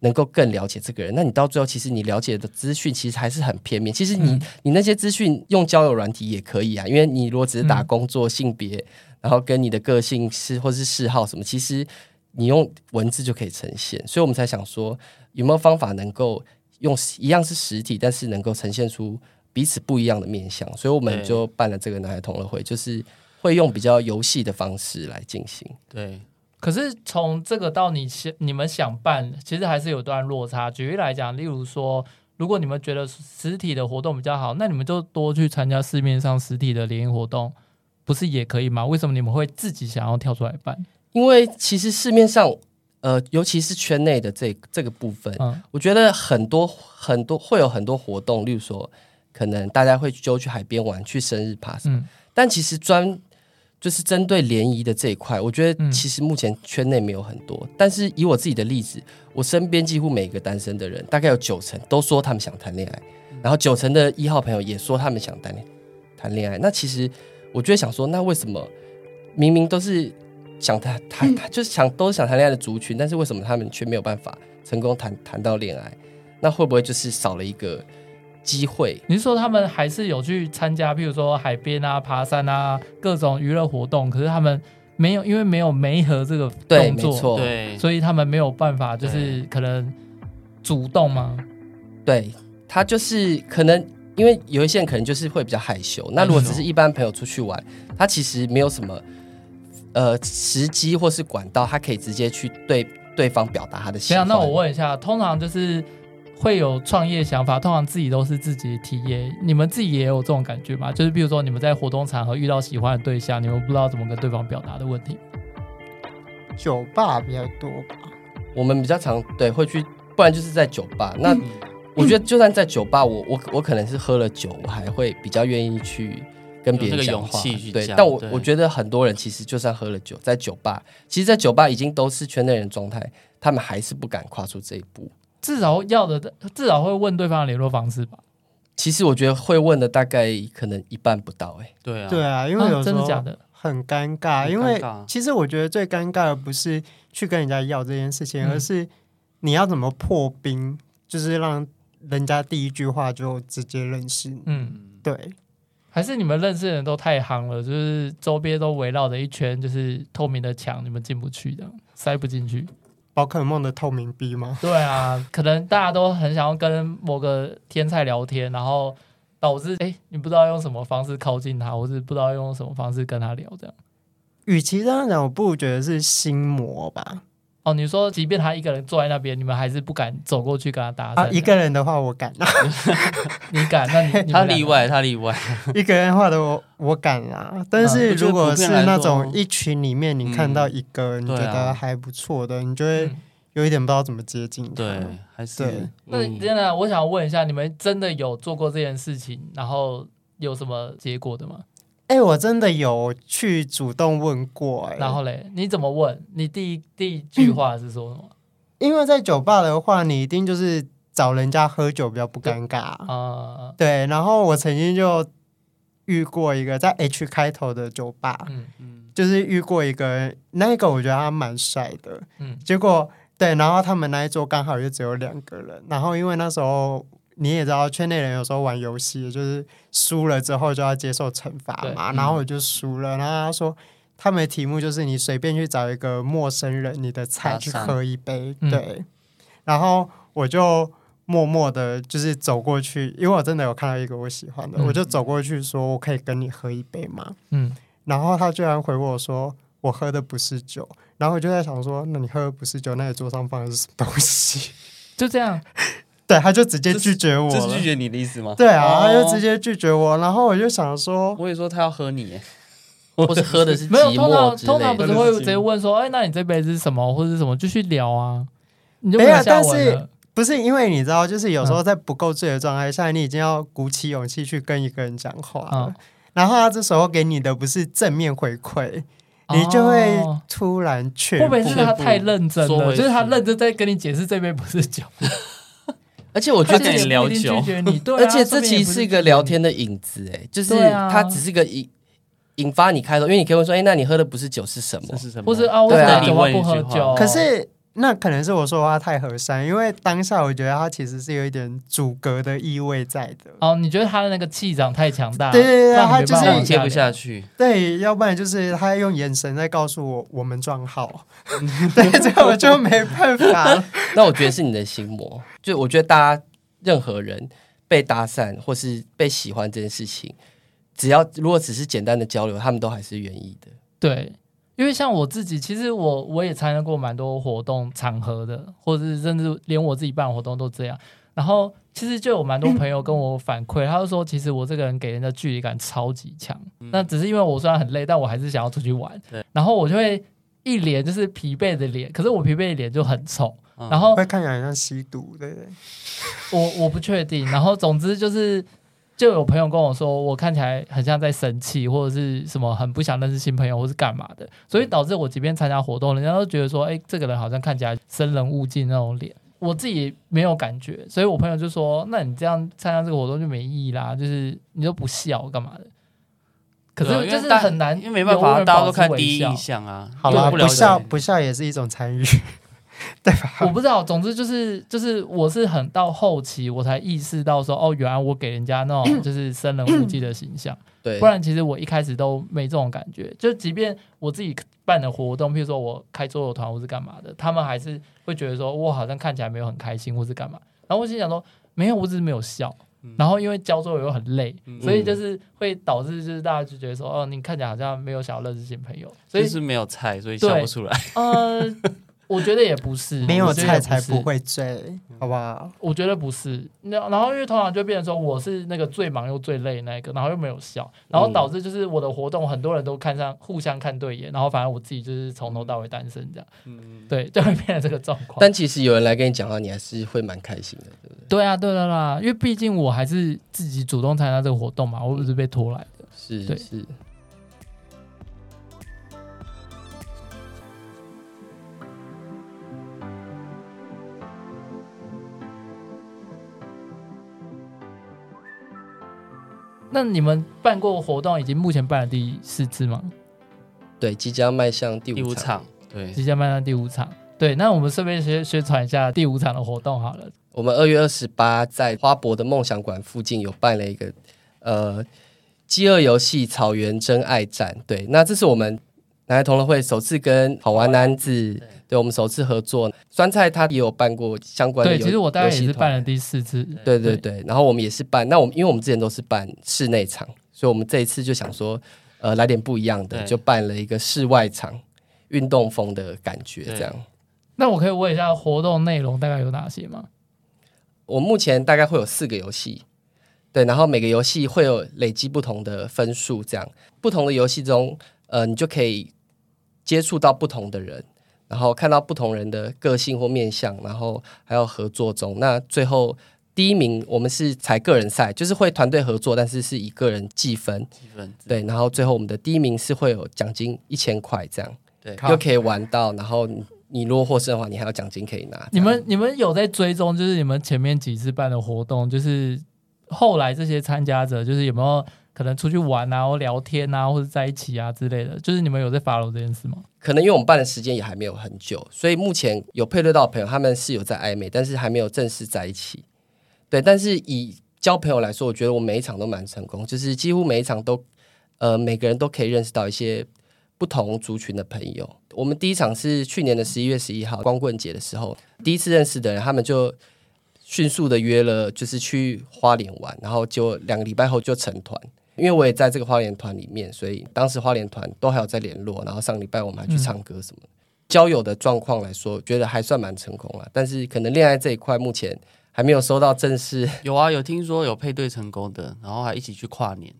Speaker 4: 能够更了解这个人，那你到最后，其实你了解的资讯其实还是很片面。其实你、
Speaker 1: 嗯
Speaker 4: 你那些资讯用交友软体也可以啊，因为你如果只是
Speaker 2: 嗯
Speaker 4: 打工作、性别，然后跟你的个性是或是嗜好什么，其实你用文字就可以呈现。所以我们才想说，有没有方法能够用一样是实体，但是能够呈现出彼此不一样的面相。所以我们
Speaker 2: 对
Speaker 4: 就办了这个男孩同乐会，就是会用比较游戏的方式来进行。
Speaker 2: 对，
Speaker 1: 可是从这个到你想你们想办，其实还是有段落差。举例来讲，例如说，如果你们觉得实体的活动比较好，那你们就多去参加市面上实体的联谊活动，不是也可以吗？为什么你们会自己想要跳出来办？
Speaker 4: 因为其实市面上，呃，尤其是圈内的这这个部分，
Speaker 1: 嗯，
Speaker 4: 我觉得很多很多会有很多活动，例如说，可能大家会揪去海边玩，去生日趴什么。
Speaker 1: 嗯
Speaker 4: 但其实专就是针对联谊的这一块，我觉得
Speaker 1: 嗯
Speaker 4: 其实目前圈内没有很多。但是以我自己的例子，我身边几乎每个单身的人，大概有九成都说他们想谈恋爱，
Speaker 1: 嗯
Speaker 4: 然后九成的一号朋友也说他们想谈恋谈恋爱。那其实我就会想说，那为什么明明都是想谈谈，
Speaker 1: 嗯
Speaker 4: 就是想都是想谈恋爱的族群，但是为什么他们却没有办法成功谈谈到恋爱？那会不会就是少了一个机会？
Speaker 1: 你是说他们还是有去参加，譬如说海边啊、爬山啊各种娱乐活动，可是他们没有，因为没有媒合这个
Speaker 4: 对，
Speaker 1: 动
Speaker 4: 没
Speaker 1: 作，
Speaker 4: 错，
Speaker 2: 对，
Speaker 1: 哦所以他们没有办法，就是可能主动吗？
Speaker 4: 对他就是可能因为有一些人可能就是会比较害羞，那如果只是一般朋友出去玩，他其实没有什么呃时机或是管道，他可以直接去对对方表达他的
Speaker 1: 这
Speaker 4: 喜
Speaker 1: 样，
Speaker 4: 欢。
Speaker 1: 那我问一下，通常就是会有创业想法，通常自己都是自己体验，你们自己也有这种感觉吗？就是比如说你们在活动场合遇到喜欢的对象，你们不知道怎么跟对方表达的问题。
Speaker 3: 酒吧比较多吧，
Speaker 4: 我们比较常对会去，不然就是在酒吧。
Speaker 2: 嗯
Speaker 4: 那我觉得就算在酒吧，我我我可能是喝了酒，我还会比较愿意去跟别
Speaker 2: 有
Speaker 4: 人
Speaker 2: 那
Speaker 4: 讲
Speaker 2: 个勇
Speaker 4: 话
Speaker 2: 气去。
Speaker 4: 对，
Speaker 2: 讲
Speaker 4: 但我
Speaker 2: 对
Speaker 4: 我觉得很多人其实就算喝了酒，在酒吧，其实，在酒吧已经都是圈内人状态，他们还是不敢跨出这一步。
Speaker 1: 至少要的，至少会问对方的联络方式吧？
Speaker 4: 其实我觉得会问的大概可能一半不到、欸， 哎，
Speaker 2: 对啊，
Speaker 3: 对啊，因为有
Speaker 1: 啊
Speaker 3: 时
Speaker 1: 真的
Speaker 3: 候
Speaker 1: 假的？
Speaker 3: 很尴尬，
Speaker 2: 很
Speaker 3: 因为
Speaker 2: 尴尬
Speaker 3: 其实我觉得最尴尬的不是去跟人家要这件事情，
Speaker 1: 嗯
Speaker 3: 而是你要怎么破冰，就是让人家第一句话就直接认识你。
Speaker 1: 嗯，
Speaker 3: 对，
Speaker 1: 还是你们认识的人都太夯了，就是周边都围绕着一圈就是透明的墙，你们进不去，这样塞不进去。
Speaker 3: 宝可梦的透明币吗？
Speaker 1: 对啊，可能大家都很想要跟某个天才聊天，然后导致哎、诶你不知道用什么方式靠近他，或是不知道用什么方式跟他聊这样。
Speaker 3: 与其这样讲，我不如觉得是心魔吧。
Speaker 1: 哦，你说即便他一个人坐在那边，你们还是不敢走过去跟他搭讪、
Speaker 3: 啊，一个人的话我敢啊，
Speaker 1: 你敢？那 你你们
Speaker 2: 他
Speaker 1: 两个
Speaker 2: 例外，他例外，
Speaker 3: 一个人的话的我我敢啊。但是
Speaker 2: 我觉得
Speaker 3: 如果
Speaker 2: 普
Speaker 3: 是
Speaker 2: 遍来说
Speaker 3: 那种一群里面你看到一个你觉
Speaker 2: 对啊
Speaker 3: 得还不错的，你就会
Speaker 1: 嗯
Speaker 3: 有一点不知道怎么接近他。
Speaker 2: 对，还是
Speaker 3: 对
Speaker 1: 那
Speaker 2: 嗯
Speaker 1: 真的，我想问一下，你们真的有做过这件事情，然后有什么结果的吗？
Speaker 3: 哎、我真的有去主动问过、哎，
Speaker 1: 然后嘞，你怎么问？你第一第一句话是说什么
Speaker 3: 因为在酒吧的话，你一定就是找人家喝酒比较不尴尬啊。
Speaker 1: 啊？
Speaker 3: 对，然后我曾经就遇过一个在 H 开头的酒吧，
Speaker 1: 嗯
Speaker 2: 嗯
Speaker 3: 就是遇过一个那个我觉得他蛮帅的，
Speaker 1: 嗯
Speaker 3: 结果对，然后他们那一桌刚好就只有两个人，然后因为那时候。你也知道，圈内人有时候玩游戏，就是输了之后就要接受惩罚
Speaker 1: 对
Speaker 3: 嘛。
Speaker 2: 嗯
Speaker 3: 然后我就输了，然后他说他们的题目就是你随便去找一个陌生人你的菜
Speaker 2: 搭
Speaker 3: 去
Speaker 2: 讪
Speaker 3: 喝一杯，
Speaker 1: 嗯
Speaker 3: 对。然后我就默默的，就是走过去，因为我真的有看到一个我喜欢的，
Speaker 1: 嗯
Speaker 3: 我就走过去说：“我可以跟你喝一杯吗？”
Speaker 1: 嗯，
Speaker 3: 然后他居然回我说：“我喝的不是酒。”然后我就在想说：“那你喝的不是酒，那你桌上放的是什么东西
Speaker 1: 就这样。？”
Speaker 3: 对，他就直接
Speaker 2: 这
Speaker 3: 拒
Speaker 2: 是
Speaker 3: 绝我
Speaker 2: 这是
Speaker 3: 了
Speaker 2: 拒。绝你的意思吗？
Speaker 3: 对啊，他就
Speaker 2: 哦
Speaker 3: 直接拒绝我。然后我就想
Speaker 1: 哦
Speaker 3: 说，
Speaker 2: 我也说他要喝你耶，
Speaker 4: 或是喝的是
Speaker 1: 没有，
Speaker 4: 寂
Speaker 1: 通
Speaker 4: 寞
Speaker 1: 常
Speaker 4: 之
Speaker 1: 通常
Speaker 4: 类
Speaker 1: 不
Speaker 4: 的。
Speaker 1: 是会直接问说，哎，那你这杯是什么，或者是什么，继续聊啊。你就
Speaker 3: 没有
Speaker 1: 有下
Speaker 3: 但
Speaker 1: 文
Speaker 3: 是
Speaker 1: 了。
Speaker 3: 不是因为你知道，就是有时候在不够醉的状态下，你已经要鼓起勇气去跟一个人讲话了。
Speaker 2: 啊
Speaker 1: 嗯
Speaker 3: 然后他这时候给你的不是正面回馈，你就会
Speaker 1: 哦
Speaker 3: 突然却
Speaker 1: 会不会是他
Speaker 2: 不
Speaker 1: 太认真
Speaker 2: 说
Speaker 1: 了？
Speaker 2: 回
Speaker 1: 就是他
Speaker 2: 去
Speaker 1: 认真在跟你解释这杯不是酒，
Speaker 4: 而且我觉
Speaker 1: 他
Speaker 4: 得
Speaker 1: 其
Speaker 4: 这
Speaker 1: 实也
Speaker 2: 跟你哦
Speaker 1: 不
Speaker 2: 聊
Speaker 1: 一定
Speaker 2: 酒
Speaker 1: 拒绝你，对啊
Speaker 4: 而且这其实是一个聊。
Speaker 1: 说不定也不拒绝
Speaker 4: 天
Speaker 1: 你
Speaker 4: 的影子，哎，就是
Speaker 1: 对啊
Speaker 4: 它只是个引引发你开头，因为你可以问说，哎，那你喝的不是酒是什么
Speaker 2: 这？是什么？
Speaker 1: 或是啊，为
Speaker 4: 对
Speaker 1: 什
Speaker 4: 啊
Speaker 1: 么酒吧不喝
Speaker 2: 你问一句
Speaker 1: 酒
Speaker 2: 话？
Speaker 3: 可是那可能是我说话太和善，因为当下我觉得他其实是有一点阻隔的意味在的。
Speaker 1: 哦，你觉得他的那个气场太强大，
Speaker 3: 对对对
Speaker 1: 让你
Speaker 3: 他
Speaker 1: 没
Speaker 3: 就
Speaker 1: 办法
Speaker 3: 是
Speaker 2: 让
Speaker 1: 往
Speaker 2: 你接不
Speaker 1: 聊
Speaker 2: 下去，
Speaker 3: 对，要不然就是他用眼神在告诉我我们撞号， 对，这个我就没办法了。
Speaker 4: 那我觉得是你的心魔。就我觉得大家任何人被搭讪或是被喜欢这件事情，只要如果只是简单的交流，他们都还是愿意的。
Speaker 1: 对，因为像我自己，其实我我也参加过蛮多活动场合的，或者是甚至连我自己办活动都这样。然后其实就有蛮多朋友跟我反馈，他就说，其实我这个人给人的距离感超级强。那只是因为我虽然很累，但我还是想要出去玩
Speaker 2: 嗯对。
Speaker 1: 然后我就会一脸就是疲惫的脸，可是我疲惫的脸就很丑。
Speaker 2: 嗯
Speaker 1: 然后
Speaker 3: 会看起来很像吸毒，对不对？
Speaker 1: 我我不确定。然后总之就是，就有朋友跟我说，我看起来很像在生气，或者是什么很不想认识新朋友，或是干嘛的，所以
Speaker 2: 嗯
Speaker 1: 导致我即便参加活动，人家都觉得说，哎、这个人好像看起来生人勿近那种脸。我自己没有感觉，所以我朋友就说：“那你这样参加这个活动就没意义啦，就是你都不笑干嘛的。”可
Speaker 2: 对啊
Speaker 1: 是
Speaker 2: 因
Speaker 1: 就
Speaker 2: 为
Speaker 1: 是
Speaker 2: 大
Speaker 1: 很难，
Speaker 2: 因为没办
Speaker 1: 永
Speaker 2: 法，
Speaker 1: 远
Speaker 2: 大家
Speaker 1: 保
Speaker 2: 都
Speaker 1: 持
Speaker 2: 看
Speaker 1: 微
Speaker 2: 第一
Speaker 1: 笑
Speaker 2: 印象啊。
Speaker 3: 好
Speaker 2: 了，
Speaker 3: 啦，
Speaker 2: 不
Speaker 3: 不
Speaker 2: 了
Speaker 3: 笑
Speaker 2: 解
Speaker 3: 不笑也是一种参与。
Speaker 1: 我不知道，总之就是就是，我是很到后期我才意识到说，哦，原来我给人家那种就是生人勿近的形象，
Speaker 4: 对，
Speaker 1: 不然其实我一开始都没这种感觉。就即便我自己办的活动，譬如说我开桌游团或是干嘛的，他们还是会觉得说我好像看起来没有很开心或是干嘛。然后我心想说，没有，我只是没有笑。然后因为教桌游又很累，
Speaker 2: 嗯
Speaker 1: 所以就是会导致就是大家就觉得说，哦，你看起来好像没有想要认识新朋友，所
Speaker 2: 就
Speaker 1: 以
Speaker 2: 是没有菜，所以
Speaker 1: 对
Speaker 2: 笑不出来。
Speaker 1: 呃，我觉得也不是，
Speaker 3: 没有
Speaker 1: 我觉得
Speaker 3: 菜
Speaker 1: 也
Speaker 3: 才
Speaker 1: 是
Speaker 3: 不会醉，好不好？
Speaker 1: 我觉得不是，那然后因为通常就变成说我是那个最忙又最累那一个，然后又没有笑，然后导致就是我的活动很多人都看上互相看对眼，然后反正我自己就是从头到尾单身这样，
Speaker 4: 嗯
Speaker 1: 对，就会变成这个状况。
Speaker 4: 但其实有人来跟你讲话，你还是会蛮开心的。对不对
Speaker 1: 对啊，对的啦，因为毕竟我还是自己主动参加这个活动嘛，我不是被拖来的。对
Speaker 4: 是是。
Speaker 1: 那你们办过活动已经目前办了第四次吗？
Speaker 4: 对，即将迈向第
Speaker 2: 第
Speaker 4: 五
Speaker 2: 五
Speaker 4: 场。
Speaker 2: 场，对，
Speaker 1: 即将办到第五场，对，那我们顺便宣宣传一下第五场的活动好了。
Speaker 4: 我们二月二十八在花博的梦想馆附近有办了一个呃饥饿游戏草原真爱战，对，那这是我们南台同乐会首次跟好玩男子，对我们首次合作，酸菜他也有办过相关的
Speaker 1: 对，
Speaker 4: 游，
Speaker 1: 其实我大概也
Speaker 4: 游戏
Speaker 1: 是
Speaker 4: 团
Speaker 1: 办了第四次。
Speaker 4: 对对对，然后我们也是办，那我们因为我们之前都是办室内场，所以我们这一次就想说，呃，来点不一样的，
Speaker 2: 对
Speaker 4: 就办了一个室外场，运动风的感觉
Speaker 2: 对
Speaker 4: 这样。
Speaker 1: 那我可以问一下活动内容大概有哪些吗？
Speaker 4: 我目前大概会有四个游戏，对，然后每个游戏会有累积不同的分数，这样不同的游戏中，呃，你就可以接触到不同的人，然后看到不同人的个性或面相，然后还有合作中，那最后。第一名，我们是才个人赛，就是会团队合作，但是是以个人计分。
Speaker 2: 积分制
Speaker 4: 对，然后最后我们的第一名是会有奖金一千块这样，
Speaker 2: 对
Speaker 3: 好
Speaker 4: 又可以玩到，然后你你如果获胜的话，你还有奖金可以拿。
Speaker 1: 你们你们有在追踪，就是你们前面几次办的活动，就是后来这些参加者，就是有没有可能出去玩啊、或聊天啊，或者在一起啊之类的，就是你们有在 follow 这件事吗？
Speaker 4: 可能因为我们办的时间也还没有很久，所以目前有配对到的朋友，他们是有在暧昧，但是还没有正式在一起。对，但是以交朋友来说，我觉得我每一场都蛮成功，就是几乎每一场都，呃，每个人都可以认识到一些不同族群的朋友。我们第一场是去年的十一月十一号光棍节的时候，第一次认识的人，他们就迅速的约了，就是去花莲玩，然后就两个礼拜后就成团。因为我也在这个花莲团里面，所以当时花莲团都还有在联络，然后上礼拜我们还去
Speaker 1: 嗯
Speaker 4: 唱歌什么的。交友的状况来说，觉得还算蛮成功了，但是可能恋爱这一块目前还没有收到正式。
Speaker 2: 有啊，有听说有配对成功的，然后还一起去跨年。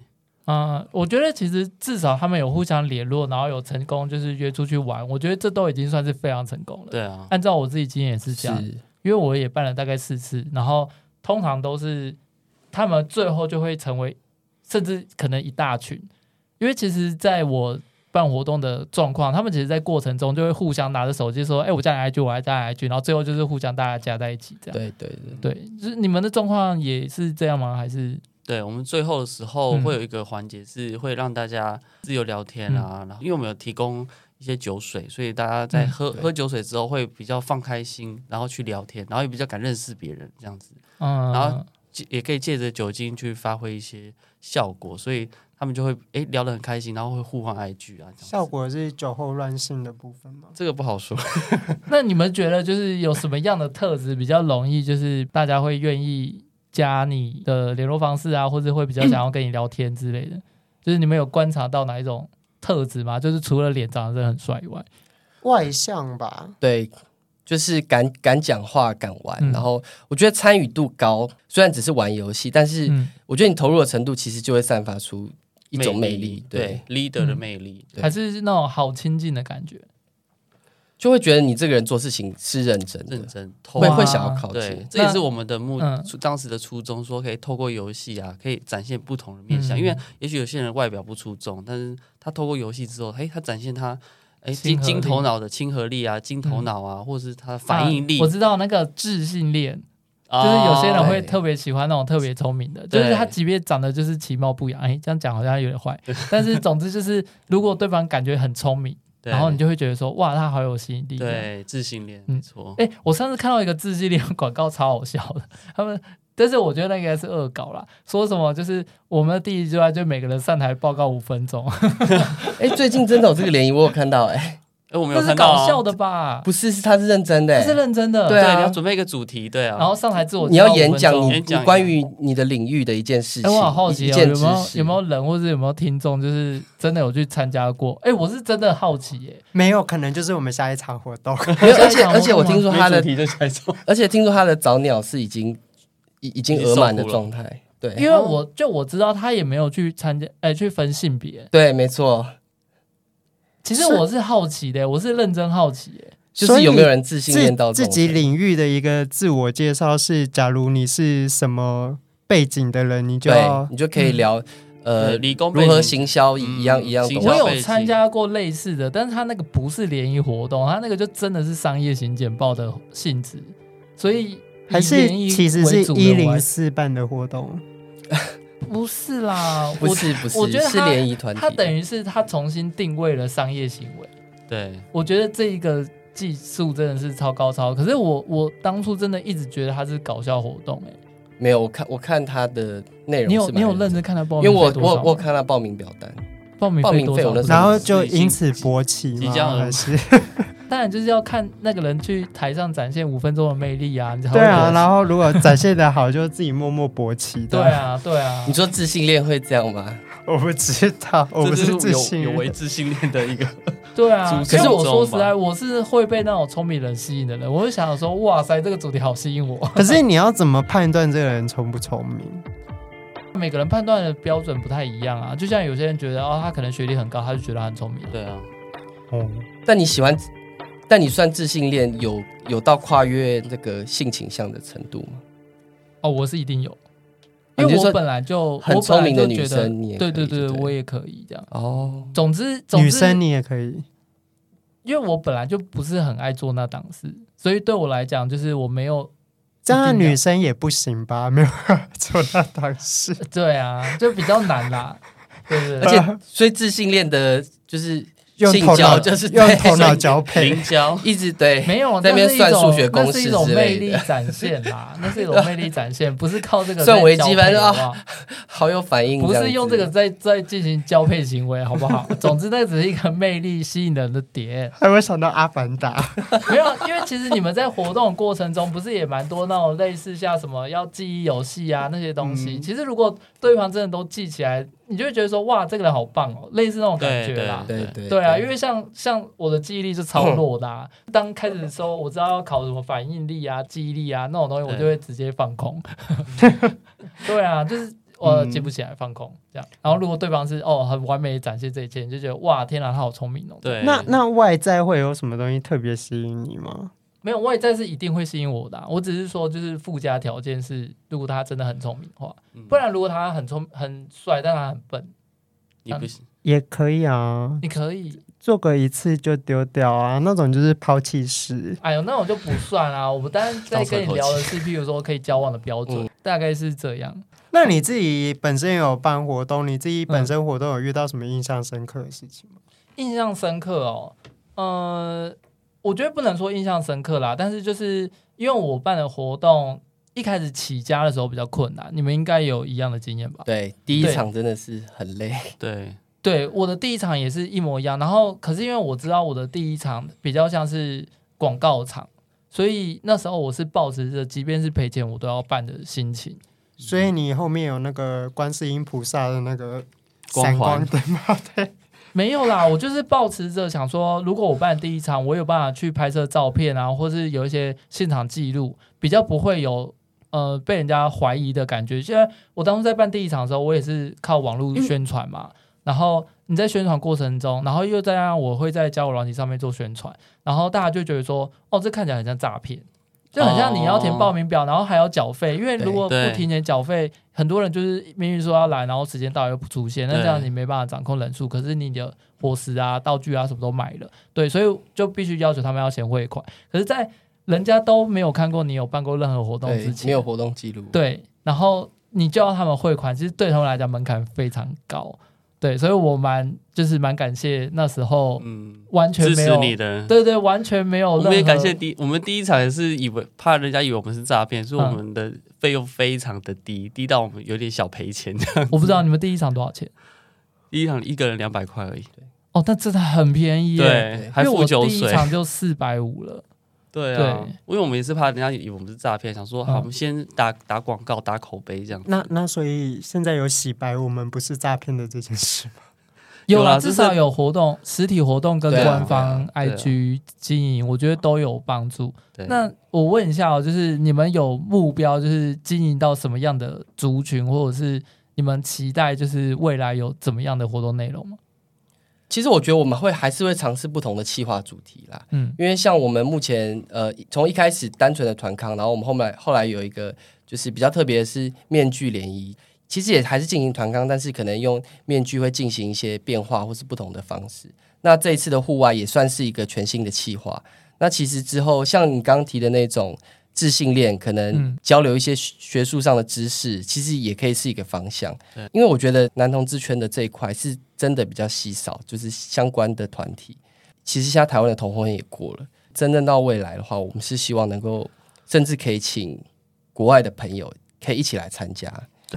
Speaker 1: 嗯，我觉得其实至少他们有互相联络，然后有成功就是约出去玩，我觉得这都已经算是非常成功了。
Speaker 2: 对啊，
Speaker 1: 按照我自己经验也是这样，
Speaker 4: 是
Speaker 1: 因为我也办了大概四次，然后通常都是他们最后就会成为，甚至可能一大群，因为其实在我办活动的状况，他们其实在过程中就会互相拿着手机说：“哎、我加你 IG，我还加你 IG。”然后最后就是互相大家加在一起这样。
Speaker 4: 对对对，
Speaker 1: 对，就是你们的状况也是这样吗？还是
Speaker 2: 对我们最后的时候
Speaker 1: 嗯
Speaker 2: 会有一个环节是会让大家自由聊天啊，然后因为我们有提供一些酒水，所以大家在
Speaker 1: 嗯
Speaker 2: 喝、
Speaker 4: 对
Speaker 2: 喝酒水之后会比较放开心，然后去聊天，然后也比较敢认识别人这样子，
Speaker 1: 嗯，
Speaker 2: 然后借也可以借着酒精去发挥一些效果，所以他们就会诶聊得很开心，然后会互换 IG 啊，这样
Speaker 3: 效果是酒后乱性的部分吗？
Speaker 2: 这个不好说。
Speaker 1: 那你们觉得就是有什么样的特质比较容易，就是大家会愿意加你的联络方式啊，或者会比较想要跟你聊天之类的？ 就是你们有观察到哪一种特质吗？就是除了脸长得真的很帅以外，
Speaker 3: 外向吧，
Speaker 4: 对，就是敢敢讲话、敢玩，
Speaker 1: 嗯
Speaker 4: 然后我觉得参与度高，虽然只是玩游戏，但是
Speaker 1: 嗯，
Speaker 4: 我觉得你投入的程度其实就会散发出一种魅力，对，
Speaker 2: 对 leader 的
Speaker 1: 嗯
Speaker 2: 魅力，
Speaker 4: 对
Speaker 1: 还是那种好亲近的感觉，
Speaker 4: 就会觉得你这个人做事情是认真的
Speaker 2: 认，真透
Speaker 4: 会
Speaker 1: 哇
Speaker 4: 会想要靠
Speaker 2: 对
Speaker 4: 近，。
Speaker 2: 这也是我们的目
Speaker 1: 嗯
Speaker 2: 初当时的初衷，说可以透过游戏啊，可以展现不同的面
Speaker 1: 嗯
Speaker 2: 相。因为也许有些人外表不出众，但是他透过游戏之后，哎，他展现他哎
Speaker 1: 亲和
Speaker 2: 金
Speaker 1: 力
Speaker 2: 金头脑的亲和力啊，金头脑啊，或者是他的反应力
Speaker 1: 啊我，知道那个智性恋，就
Speaker 2: 啊
Speaker 1: 是有些人会
Speaker 4: 对
Speaker 1: 特别喜欢那种特别聪明的，就
Speaker 2: 对
Speaker 1: 是他即便长得就是其貌不扬，哎，这样讲好像有点 坏，但是总之就是如果对方感觉很聪明，
Speaker 2: 对
Speaker 1: 然后你就会觉得说哇，他好有吸引力，
Speaker 2: 对自信恋，
Speaker 1: 嗯
Speaker 2: 没错，
Speaker 1: 哎、我上次看到一个自制力的广告，超好笑的。他们，但是我觉得那个应该是恶搞啦，说什么就是我们的第一句话就每个人上台报告五分钟，
Speaker 4: 哎，最近真的有这个联谊，我有看到，哎，
Speaker 2: 哎，我们
Speaker 1: 那
Speaker 2: 有
Speaker 1: 是
Speaker 2: 看到
Speaker 1: 搞
Speaker 2: 啊
Speaker 1: 笑，的吧？
Speaker 4: 不是，是他是认真的，
Speaker 1: 这
Speaker 4: 哎
Speaker 1: 是认真的。
Speaker 4: 对啊
Speaker 2: 你要准备一个主题，对啊，
Speaker 1: 然后上台自我
Speaker 4: 你
Speaker 1: 介绍
Speaker 4: 要演讲
Speaker 1: 五分钟
Speaker 4: 你
Speaker 2: 演讲
Speaker 4: 你关于你的领域的一件事
Speaker 1: 哎、
Speaker 4: 情，
Speaker 1: 我好好
Speaker 4: 一
Speaker 1: 奇、哦，
Speaker 4: 件
Speaker 1: 有
Speaker 4: 知
Speaker 1: 没有
Speaker 4: 识
Speaker 1: 有没有人或者有没有听众，就是真的有去参加过？哎、我是真的好奇耶、
Speaker 3: 没有，可能就是我们下一场活动。
Speaker 4: 没有？
Speaker 1: 下
Speaker 4: 而
Speaker 1: 一
Speaker 4: 且
Speaker 1: 场
Speaker 4: 而且我
Speaker 1: 活动
Speaker 4: 听说他的，
Speaker 2: 题就猜中，
Speaker 4: 而且听说他的早鸟是已经已已经
Speaker 2: 已经
Speaker 4: 额满的
Speaker 2: 售罄了
Speaker 4: 状态，对
Speaker 2: 哦
Speaker 1: 因为我就我知道他也没有去参加，哎、去分性别。
Speaker 4: 对，没错，
Speaker 1: 其实我是好奇的、我是认真好奇耶、
Speaker 4: 就
Speaker 3: 所
Speaker 4: 是
Speaker 3: 以
Speaker 4: 有没有人自信
Speaker 3: 自
Speaker 4: 练到
Speaker 3: 自
Speaker 4: 这种
Speaker 3: 己
Speaker 4: 程
Speaker 3: 领域的一个自我介绍是，假如你是什么背景的人，你
Speaker 4: 度
Speaker 3: 就
Speaker 4: 对
Speaker 3: 要
Speaker 4: 你就可以聊呃
Speaker 2: 呃，理工背
Speaker 4: 如何
Speaker 2: 景
Speaker 4: 行销一
Speaker 2: 嗯
Speaker 4: 一样一样
Speaker 2: 行
Speaker 4: 东
Speaker 2: 销
Speaker 1: 嗯我
Speaker 4: 西。
Speaker 1: 有参加过类似的，但是他那个不是联谊活动，他那个就真的是商业型简报的性质，所以以
Speaker 3: 还是
Speaker 1: 联谊
Speaker 3: 其实
Speaker 1: 为
Speaker 3: 是
Speaker 1: 主的
Speaker 3: 一
Speaker 1: 我还
Speaker 3: 零四办的活动，
Speaker 1: 不是 啦，
Speaker 4: 不是不
Speaker 1: 我觉
Speaker 4: 是
Speaker 1: 得
Speaker 4: 是
Speaker 1: 他
Speaker 4: 联谊团体，
Speaker 1: 他等于是他重新定位了商业行为，
Speaker 2: 对
Speaker 1: 我觉得这一个技术真的是超高超，可是我我当初真的一直觉得它是搞笑活动、欸，
Speaker 4: 没有，我看我看他的内容
Speaker 1: 你有
Speaker 4: 是蛮
Speaker 1: 你有认
Speaker 4: 真的，
Speaker 1: 真看他报
Speaker 4: 因
Speaker 1: 名
Speaker 4: 为
Speaker 1: 费
Speaker 4: 我
Speaker 1: 多少
Speaker 4: 我
Speaker 1: 吗？
Speaker 4: 我有看他报名表单，
Speaker 1: 报名
Speaker 4: 报
Speaker 1: 费
Speaker 4: 名
Speaker 1: 多
Speaker 4: 费
Speaker 1: 少
Speaker 4: 我那
Speaker 1: 钱？
Speaker 4: 时候
Speaker 3: 然后就因此勃起吗？
Speaker 2: 即将而
Speaker 3: 还 是
Speaker 1: 当然就是要看那个人去台上展现五分钟的魅力啊，你才会
Speaker 3: 对啊，
Speaker 1: 勃起
Speaker 3: 然后如果展现的好，就自己默默勃起。
Speaker 1: 对，啊，对啊
Speaker 4: 你，说自信恋会这样吗？
Speaker 3: 我不知道，
Speaker 1: 哦
Speaker 3: 我不
Speaker 2: 这
Speaker 3: 自
Speaker 2: 有
Speaker 3: 信
Speaker 2: 有为自信恋的一个，
Speaker 1: 对啊。
Speaker 2: 主
Speaker 1: 可是
Speaker 2: 持
Speaker 1: 我
Speaker 2: 人
Speaker 1: 说实
Speaker 2: 吧
Speaker 1: 在，我是会被那种聪明人吸引的人，我就想说，哇塞，这个主题好吸引我。
Speaker 3: 可是你要怎么判断这个人聪不聪明？
Speaker 1: 每个人判断的标准不太一样啊，就像有些人觉得哦，他可能学历很高，他就觉得他很聪明。
Speaker 2: 对啊，
Speaker 3: 哦，
Speaker 4: 但你喜欢，但你算自信恋有有到跨越那个性倾向的程度吗？
Speaker 1: 哦，我是一定有，
Speaker 4: 啊
Speaker 1: 因
Speaker 4: 你
Speaker 1: 为
Speaker 4: 就
Speaker 1: 我
Speaker 4: 说
Speaker 1: 本来就
Speaker 4: 很
Speaker 1: 我本
Speaker 4: 聪
Speaker 1: 来
Speaker 4: 明的
Speaker 1: 就
Speaker 4: 女
Speaker 1: 觉得，
Speaker 4: 生，你也
Speaker 1: 对
Speaker 4: 可
Speaker 1: 对
Speaker 4: 以对
Speaker 1: 对，
Speaker 4: 不
Speaker 1: 我也可以这样。
Speaker 4: 哦，
Speaker 1: 总之，总之
Speaker 3: 女生你也可以，
Speaker 1: 因为我本来就不是很爱做那档事，所以对我来讲，就是我没有
Speaker 3: 这样的
Speaker 1: 一定要
Speaker 3: 女生也不行吧？没有啊做那档事，
Speaker 1: 对啊，就比较难啦，对不对？
Speaker 4: 而且所以自信恋的就是
Speaker 3: 用
Speaker 4: 性
Speaker 3: 头脑
Speaker 4: 交就是
Speaker 3: 用
Speaker 4: 对
Speaker 3: 头脑交配
Speaker 2: 凝。胶
Speaker 4: 一直对，
Speaker 1: 没有
Speaker 4: 哎在那边
Speaker 1: 那是一种
Speaker 4: 算数学公式
Speaker 1: 那是一种
Speaker 4: 之
Speaker 1: 魅
Speaker 4: 类的
Speaker 1: 力展现啦，那是一种魅力展现，不是靠这个
Speaker 4: 算
Speaker 1: 在
Speaker 4: 微
Speaker 1: 交
Speaker 4: 积
Speaker 1: 配
Speaker 4: 分啊
Speaker 1: 好不好？
Speaker 4: 好有反应，
Speaker 1: 不
Speaker 4: 样
Speaker 1: 是
Speaker 4: 子
Speaker 1: 用这个在在进行交配行为，好不好？总之，那只是一个魅力吸引人的点。
Speaker 3: 还会想到阿凡达，
Speaker 1: 没有，因为其实你们在活动过程中，不是也蛮多那种类似像什么要记忆游戏啊那些东西。
Speaker 3: 嗯
Speaker 1: 其实如果对方真的都记起来，你就会觉得说哇，这个人好棒哦，类似那种感
Speaker 2: 对
Speaker 1: 觉啦。
Speaker 4: 对
Speaker 2: 对
Speaker 4: 对
Speaker 1: 对啊，因为像像我的记忆力是超弱的、啊， 当开始的时候我知道要考什么反应力啊、记忆力啊那种东西，我就会直接放空。 对啊，就是我
Speaker 3: 嗯
Speaker 1: 记不起来，放空这样。然后如果对方是哦很完美地展现这一切，你就觉得哇天哪、他好聪明哦。
Speaker 2: 对，
Speaker 3: 那那外在会有什么东西特别吸引你吗？
Speaker 1: 没有外在是一定会吸引我的啊、我只是说就是附加条件是，如果他真的很聪明的话，
Speaker 2: 嗯
Speaker 1: 不然如果他很聪很帅，但他很笨，
Speaker 2: 你不行，
Speaker 3: 也可以啊，
Speaker 1: 你可以，
Speaker 3: 做个一次就丢掉啊，那种就是抛弃式。
Speaker 1: 哎呦那我就不算啦、我们当然在跟你聊的是，譬如说可以交往的标准，大概是这样。
Speaker 3: 那你自己本身有办活动，你自己本
Speaker 1: 嗯
Speaker 3: 身活动有遇到什么印象深刻的事情吗？
Speaker 1: 印象深刻哦，呃，我觉得不能说印象深刻啦，但是就是因为我办的活动一开始起家的时候比较困难，你们应该有一样的经验吧？
Speaker 4: 对第一
Speaker 1: 对
Speaker 4: 场真的是很累，
Speaker 2: 对，
Speaker 1: 对，我的第一场也是一模一样。然后，可是因为我知道我的第一场比较像是广告场，所以那时候我是抱持着即便是赔钱我都要办的心情。
Speaker 3: 所以你后面有那个观世音菩萨的那个
Speaker 2: 光
Speaker 3: 闪光
Speaker 2: 环
Speaker 3: 灯吗？对，
Speaker 1: 没有啦，我就是抱持着想说，如果我办第一场，我有办法去拍摄照片啊，或是有一些现场记录，比较不会有呃被人家怀疑的感觉。现在我当初在办第一场的时候，我也是靠网络宣传
Speaker 2: 嗯
Speaker 1: 嘛，然后你在宣传过程中，然后又再让我会在交友软体上面做宣传，然后大家就觉得说，哦，这看起来很像诈骗。就很像你要填报名表，然后还要缴费，因为如果不
Speaker 2: 对对
Speaker 1: 提前缴费，很多人就是明明说要来，然后时间到了又不出现，那
Speaker 2: 对
Speaker 1: 这样你没办法掌控人数，可是你的伙食啊、道具啊什么都买了，对，所以就必须要求他们要先汇款。可是，在人家都没有看过你有办过任何活动之
Speaker 4: 对
Speaker 1: 前，
Speaker 4: 没有活动记录，
Speaker 1: 对，然后你就要他们汇款，其实对他们来讲门槛非常高，对，所以我蛮就是蛮感谢那时候
Speaker 2: 嗯，
Speaker 1: 完全
Speaker 2: 支
Speaker 1: 没
Speaker 2: 持
Speaker 1: 有，
Speaker 2: 你的。
Speaker 1: 对对，完全没有
Speaker 2: 我
Speaker 1: 哦任何，
Speaker 2: 们也感谢第，我们第一场也是以为怕人家以为我们是诈骗，所以我们的费用非常的低，低到我们有点小赔钱。
Speaker 1: 我不知道你们第一场多少钱
Speaker 2: 第一场一个人两百块而已，
Speaker 1: 哦，但真的很便宜耶，
Speaker 2: 对，还
Speaker 1: 因为
Speaker 2: 付
Speaker 1: 我
Speaker 2: 酒
Speaker 1: 第一
Speaker 2: 水，
Speaker 1: 场就四百五了，
Speaker 2: 对啊
Speaker 1: 对，
Speaker 2: 因为我们也是怕人家以为我们是诈骗，想说
Speaker 1: 嗯
Speaker 2: 好，我们先打打广告、打口碑这样。
Speaker 3: 那那所以现在有洗白我们不是诈骗的这件事吗？
Speaker 1: 有
Speaker 2: 有啦
Speaker 1: 啦，
Speaker 2: 就是
Speaker 1: 至少有活动，实体活动跟
Speaker 4: 对啊
Speaker 1: 官方
Speaker 2: 对啊对啊
Speaker 1: IG 经营，我觉得都有帮助。
Speaker 2: 对，
Speaker 1: 那我问一下哦，就是你们有目标，就是经营到什么样的族群，或者是你们期待就是未来有怎么样的活动内容吗？
Speaker 4: 其实我觉得我们会还是会尝试不同的企划主题啦，
Speaker 1: 嗯，
Speaker 4: 因为像我们目前呃，从一开始单纯的团康，然后我们后来后来有一个就是比较特别的是面具联谊，其实也还是进行团康，但是可能用面具会进行一些变化或是不同的方式。那这一次的户外也算是一个全新的企划。那其实之后像你刚刚提的那种自信恋，可能
Speaker 1: 嗯
Speaker 4: 交流一些学学术上的知识，其实也可以是一个方向
Speaker 2: 对。
Speaker 4: 因为我觉得男同志圈的这一块是真的比较稀少，就是相关的团体。其实现在台湾的同婚也过了，真正到未来的话，我们是希望能够，甚至可以请国外的朋友可以一起来参加。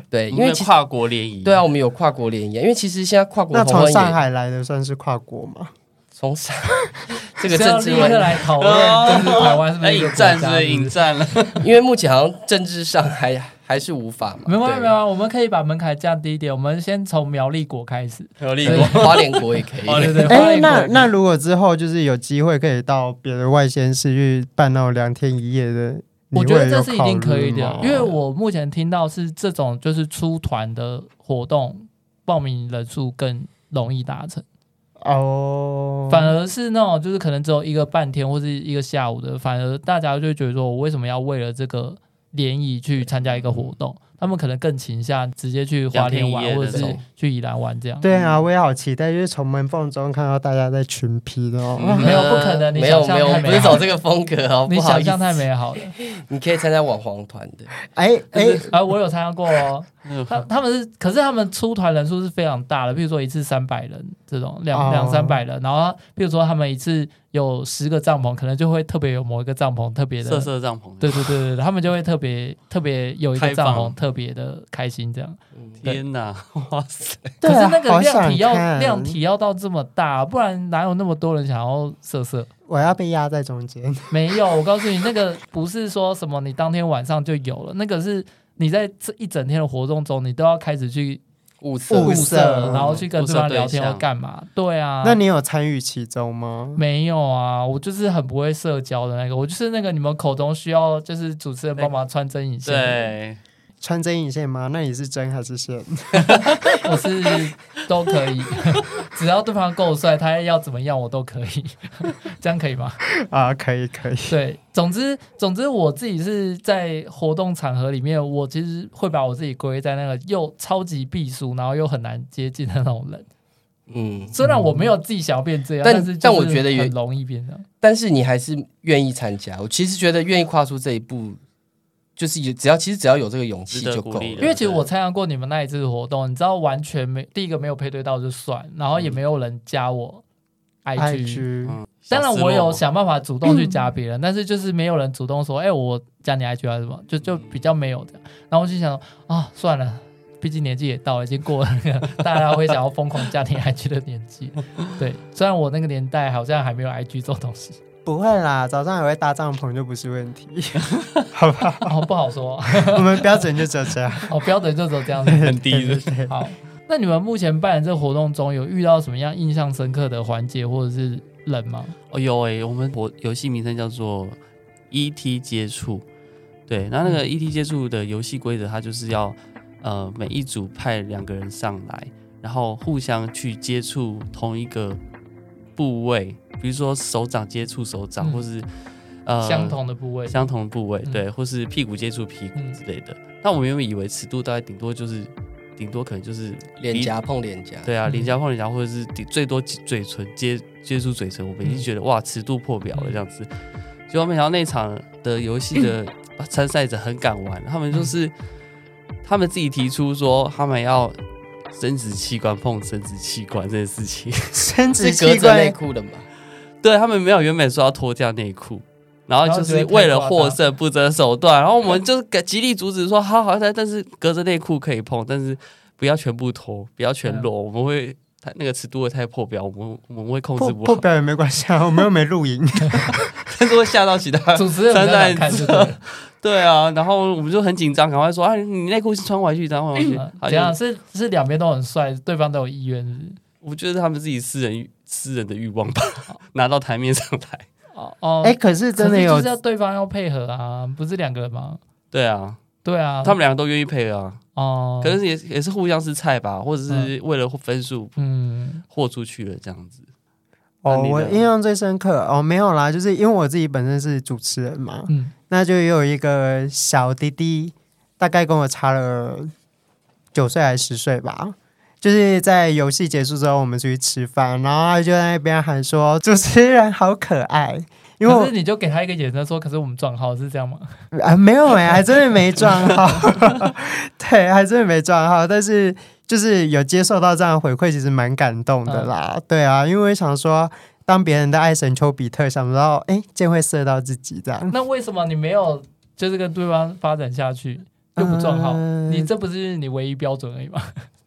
Speaker 4: 对，因
Speaker 2: 欸因为
Speaker 4: 为其
Speaker 2: 跨国联谊，
Speaker 4: 对啊，我们有跨国联谊，因为其实现在跨国
Speaker 3: 那
Speaker 4: 同
Speaker 3: 从
Speaker 4: 婚
Speaker 3: 上
Speaker 4: 也
Speaker 3: 海来的算是跨国吗？
Speaker 4: 从上这
Speaker 1: 这
Speaker 4: 个政治
Speaker 1: 立
Speaker 4: 问
Speaker 1: 刻
Speaker 4: 题，
Speaker 1: 来讨论，就是台湾是不
Speaker 2: 哎，
Speaker 1: 是一个
Speaker 2: 引
Speaker 1: 国家
Speaker 2: 战是不是引战了？
Speaker 4: 因为目前好像政治上还 还是无法嘛。
Speaker 1: 没关系，
Speaker 4: 对
Speaker 1: 没关系，我们可以把门槛降低一点。我们先从苗栗国开始，
Speaker 2: 有立
Speaker 4: 对
Speaker 2: 国，
Speaker 4: 花莲国也可以。
Speaker 2: 花莲
Speaker 1: 对对对，花
Speaker 3: 哎、
Speaker 1: 莲国
Speaker 3: 那那如果之后就是有机会可以到别的外县市去办那种两天一夜的，
Speaker 1: 我
Speaker 3: 你
Speaker 1: 觉得
Speaker 3: 会
Speaker 1: 这
Speaker 3: 有
Speaker 1: 是一
Speaker 3: 考
Speaker 1: 定可
Speaker 3: 虑
Speaker 1: 以的
Speaker 3: 吗，
Speaker 1: 因为我目前听到是这种就是出团的活动，报名人数更容易达成，
Speaker 3: 哦，
Speaker 1: 反而是那种就是可能只有一个半天或是一个下午的，反而大家就会觉得说我为什么要为了这个联谊去参加一个活动？他们可能更倾向直接去花莲
Speaker 2: 两天一
Speaker 1: 玩，
Speaker 2: 夜
Speaker 1: 或者
Speaker 2: 那
Speaker 1: 是
Speaker 2: 种
Speaker 1: 去宜兰玩这样。
Speaker 3: 对啊，我也好期待，就是从门缝中看到大家在群批的哦。
Speaker 2: 嗯
Speaker 1: 没有不可能你
Speaker 4: 没有
Speaker 1: 想象
Speaker 4: 没有，我
Speaker 1: 太美
Speaker 4: 们不是
Speaker 1: 好
Speaker 4: 走
Speaker 1: 了
Speaker 4: 这个风格哦，
Speaker 1: 你
Speaker 4: 不好
Speaker 1: 想
Speaker 4: 意思
Speaker 1: 象，太美好了，
Speaker 4: 你可以参加网黄团的，
Speaker 3: 哎哎、
Speaker 1: 啊，我有参加过哦。
Speaker 2: 嗯
Speaker 1: 他他们是，可是他们出团人数是非常大的，比如说一次三百人这种，两
Speaker 3: 哦
Speaker 1: 两三百人，然后比如说他们一次有十个帐篷，可能就会特别有某一个帐篷特别的，
Speaker 2: 色色帐篷，
Speaker 1: 对对对对，对他们就会特别特别有一个
Speaker 2: 开
Speaker 1: 帐
Speaker 2: 放
Speaker 1: 篷特别的开心这样。
Speaker 2: 天哪， 哇塞，
Speaker 3: 对
Speaker 1: 可
Speaker 3: 啊，
Speaker 1: 是那个
Speaker 3: 好
Speaker 1: 量
Speaker 3: 想
Speaker 1: 体要
Speaker 3: 看，
Speaker 1: 量体要到这么大，不然哪有那么多人想要色色？
Speaker 3: 我要被压在中间。
Speaker 1: 没有，我告诉你，那个不是说什么你当天晚上就有了，那个是你在这一整天的活动中，你都要开始去
Speaker 4: 物
Speaker 2: 嗯
Speaker 1: 物
Speaker 4: 色
Speaker 3: 物
Speaker 1: 色，
Speaker 3: 色
Speaker 1: 然后去跟
Speaker 2: 物
Speaker 1: 对
Speaker 2: 色
Speaker 1: 方
Speaker 2: 对
Speaker 1: 聊天
Speaker 2: 象
Speaker 1: 要干嘛？对啊，
Speaker 3: 那你有参与其中吗？
Speaker 1: 没有啊？我就是很不会社交的那个，我就是那个你们口中需要就是主持人帮忙穿针引线的人，
Speaker 2: 对，
Speaker 3: 穿针引线吗？那你是针还是线？
Speaker 1: 我是都可以， 只要对方够帅，他要怎么样我都可以， 这样可以吗？
Speaker 3: 啊，可以可以。
Speaker 1: 对，总之总之我自己是在活动场合里面，我其实会把我自己归在那个又超级避俗，然后又很难接近的那种人。
Speaker 4: 嗯，
Speaker 1: 虽然我没有自己想要变这样，
Speaker 4: 但
Speaker 1: 是
Speaker 4: 但
Speaker 1: 就
Speaker 4: 我
Speaker 1: 是
Speaker 4: 觉得有
Speaker 1: 很容易变这样。
Speaker 4: 但是你还是愿意参加。我其实觉得愿意跨出这一步，就是有只要其实只要有这个勇气
Speaker 2: 值得
Speaker 4: 就
Speaker 2: 鼓
Speaker 4: 够
Speaker 2: 励
Speaker 4: 了
Speaker 2: 的。
Speaker 1: 因为其实我参加过你们那一次活动，你知道完全没第一个没有配对到就算，然后也没有人加我 IG。
Speaker 3: IG，
Speaker 2: 嗯
Speaker 1: 当然我有，
Speaker 2: 小失落
Speaker 1: 想办法主动去加别人，但是就是没有人主动说，哎、我加你 IG 还是什么，就就比较没有这样。然后我就想啊，算了，毕竟年纪也到了，已经过了那个大家会想要疯狂加你 IG 的年纪。对，虽然我那个年代好像还没有 IG 这种东西，
Speaker 3: 不会啦，早上还会搭帐篷就不是问题， 好吧？
Speaker 1: 然哦后不好说，
Speaker 3: 我们标准就只 有这样。
Speaker 1: 哦，标准就走这样子。
Speaker 2: 很低的，
Speaker 1: 好，那你们目前办的这活动中有遇到什么样印象深刻的环节或者是人吗？
Speaker 2: 哦有哎，我们我游戏名称叫做 ET 接触，对，那那个 ET 接触的游戏规则，它就是要呃每一组派两个人上来，然后互相去接触同一个部位，比如说手掌接触手掌，
Speaker 1: 嗯
Speaker 2: 或是呃
Speaker 1: 相同的部位，
Speaker 2: 相同的部位，
Speaker 1: 嗯
Speaker 2: 对，或是屁股接触屁股
Speaker 1: 嗯
Speaker 2: 之类的。那我们原本以为尺度大概顶多就是，顶多可能就是
Speaker 4: 脸颊碰脸颊，
Speaker 2: 对啊，
Speaker 1: 嗯
Speaker 2: 脸颊碰脸颊，或者是顶最多嘴唇接接触嘴唇，我们已经
Speaker 1: 嗯
Speaker 2: 觉得、哇，尺度破表了这样子。结果没想到那场的游 戏的参赛者很敢玩，他
Speaker 1: 嗯
Speaker 2: 们就是、他们自己提出说他们要生殖器官碰生殖器官这件事情，
Speaker 3: 生殖
Speaker 4: 是隔
Speaker 3: 器
Speaker 4: 着内
Speaker 3: 官
Speaker 4: 裤的嘛？
Speaker 2: 对他们没有原本说要脱掉内裤。然后就
Speaker 1: 然后
Speaker 2: 是
Speaker 1: 觉得太
Speaker 2: 为了
Speaker 1: 夸张
Speaker 2: 获胜不择手段，然后我们就是给极力阻止说，好好，但但是隔着内裤可以碰，但是不要全部脱，不要全裸，我们会太那个尺度会太破表，我们我们会控
Speaker 3: 破
Speaker 2: 制不
Speaker 3: 破
Speaker 2: 好，
Speaker 3: 表也没关系啊，我们又没录影。
Speaker 2: 但是会吓到其 他。
Speaker 1: 主持人比较难看就对了，
Speaker 2: 对啊，然后我们就很紧张，赶快说啊，你内裤是穿回去，然后回去
Speaker 1: 嗯。
Speaker 2: 好
Speaker 1: 怎样
Speaker 2: 像
Speaker 1: 是是两边都很帅，对方都有意愿是不是
Speaker 2: 我觉得他们自己私人欲私人的欲望吧，拿到台面上来。
Speaker 1: 哦哦，
Speaker 3: 哎，可是
Speaker 1: 可
Speaker 3: 真的
Speaker 1: 是
Speaker 3: 有
Speaker 1: 就是要对方要配合啊，不是两个人吗？
Speaker 2: 对啊，
Speaker 1: 对啊，
Speaker 2: 他们两个都愿意配合啊，
Speaker 1: 哦，
Speaker 2: 可是也也是互相是菜吧，或者是为了分数
Speaker 1: 嗯，
Speaker 2: 豁出去了这样子。
Speaker 3: 哦，
Speaker 2: 那你呢
Speaker 3: 我印象最深刻哦，没有啦，就是因为我自己本身是主持人嘛，
Speaker 1: 嗯
Speaker 3: 那就也有一个小弟弟，大概跟我差了九岁还是十岁吧。就是在游戏结束之后，我们出去吃饭，然后他就在那边喊说：“主持人好可爱。”因为
Speaker 1: 可
Speaker 3: 我
Speaker 1: 是你就给他一个眼神说，可是我们撞号是这样吗？
Speaker 3: 啊，没有哎、还真的没撞号， 对，还真的没撞号。但是就是有接受到这样的回馈，其实蛮感动的啦。对啊，因为我想说，当别人的爱神丘比特，想不到哎，箭会射到自己这样，
Speaker 1: 那为什么你没有就是跟对方发展下去又不撞号？
Speaker 3: 嗯
Speaker 1: 你这不是你唯一标准而已吗？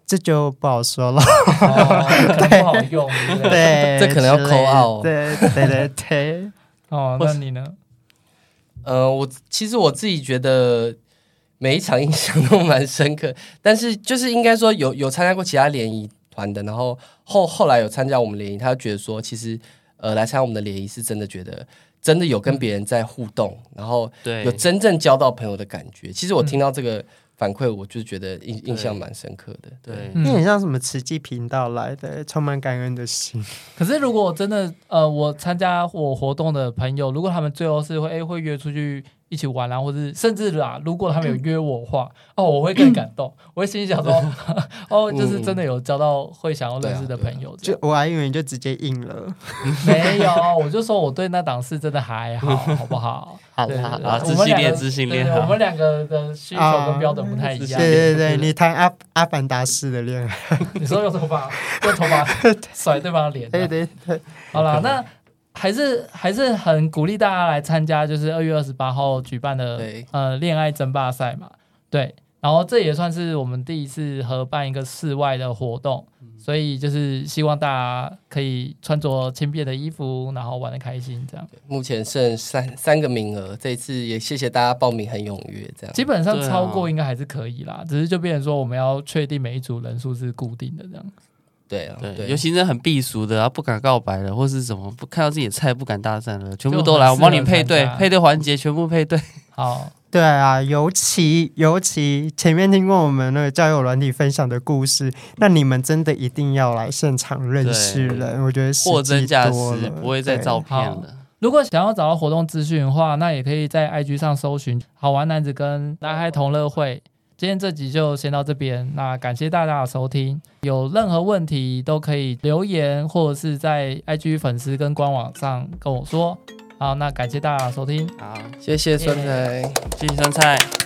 Speaker 3: 这就不好说了。
Speaker 1: 哦，可能不好用，对不对？
Speaker 3: 对，
Speaker 4: 这可能要
Speaker 3: 之类的
Speaker 4: call out
Speaker 3: 对对对对，
Speaker 1: 哦，
Speaker 4: 或
Speaker 1: 那
Speaker 4: 是
Speaker 1: 你呢？
Speaker 4: 呃，我其实我自己觉得每一场印象都蛮深刻， 但是就是应该说有有参加过其他联谊团的，然后后后来有参加我们联谊，他就觉得说其实呃来参加我们的联谊是真的觉得真的有
Speaker 2: 嗯
Speaker 4: 跟别人在互动，然后
Speaker 2: 对
Speaker 4: 有真正交到朋友的感觉。其实我听到这个反馈，我就觉得印印象蛮深刻的。对，
Speaker 2: 对，
Speaker 3: 你很
Speaker 1: 嗯，
Speaker 3: 像什么慈济频道来的，充满感恩的心。
Speaker 1: 可是如果真的呃，我参加我活动的朋友，如果他们最后是会哎、会约出去一起玩啊，或是甚至啦，如果他们有约我的话，哦，我会更感动，我会心里想说，哦，就是真的有交到会想要认识的朋友，这
Speaker 3: 就
Speaker 1: 样
Speaker 3: 我还以为你就直接硬了，
Speaker 1: 没有，我就说我对那档事真的还好，好不好？
Speaker 3: 好
Speaker 1: 对对
Speaker 3: 啦
Speaker 1: 对
Speaker 2: 啊，
Speaker 1: 我
Speaker 2: 自
Speaker 1: 们
Speaker 2: 信
Speaker 1: 两个
Speaker 2: 恋，自信啊
Speaker 1: 对
Speaker 2: 恋，
Speaker 1: 对，我
Speaker 2: 好
Speaker 1: 们两个的需求跟标准不太一
Speaker 3: 对
Speaker 1: 样。
Speaker 3: 对对，你谈阿阿凡达式的恋爱，
Speaker 1: 你说用头发，用头发甩对方的脸。
Speaker 3: 对对对，
Speaker 1: 好啦，那还是还是很鼓励大家来参加，就是二月二十八号举办的
Speaker 4: 对
Speaker 1: 呃恋爱争霸赛嘛。对，然后这也算是我们第一次合办一个室外的活动，所以就是希望大家可以穿着轻便的衣服，然后玩的开心，这样。
Speaker 4: 目前剩三三个名额，这一次也谢谢大家报名很踊跃，这样
Speaker 1: 基本上
Speaker 2: 对啊
Speaker 1: 超过应该还是可以啦，只是就变成说我们要确定每一组人数是固定的这样。
Speaker 4: 对啊，
Speaker 2: 对，
Speaker 4: 对，
Speaker 2: 尤其是很避俗的啊，不敢告白了，或是什么不看到自己的菜不敢搭讪了，全部
Speaker 1: 就
Speaker 2: 都
Speaker 1: 很
Speaker 2: 来，
Speaker 1: 适
Speaker 2: 我帮你
Speaker 1: 合
Speaker 2: 配
Speaker 1: 参
Speaker 2: 对
Speaker 1: 加，
Speaker 2: 配对环节全部配对。
Speaker 1: 好，
Speaker 3: 对啊，尤其尤其前面听过我们那个交友软体分享的故事，那你们真的一定要来现场认识人，我觉得实际
Speaker 2: 货真价
Speaker 3: 多
Speaker 2: 实
Speaker 3: 了，
Speaker 2: 不会再
Speaker 3: 对
Speaker 2: 照片
Speaker 1: 好
Speaker 2: 了。
Speaker 1: 如果想要找到活动资讯的话，那也可以在 IG 上搜寻“好玩男子”跟“男孩同乐会”。今天这集就先到这边，那感谢大家的收听。有任何问题都可以留言，或者是在 IG 粉丝跟官网上跟我说。好，那感谢大家的收听。
Speaker 2: 好，
Speaker 4: 谢谢酸菜。
Speaker 2: 谢谢酸菜。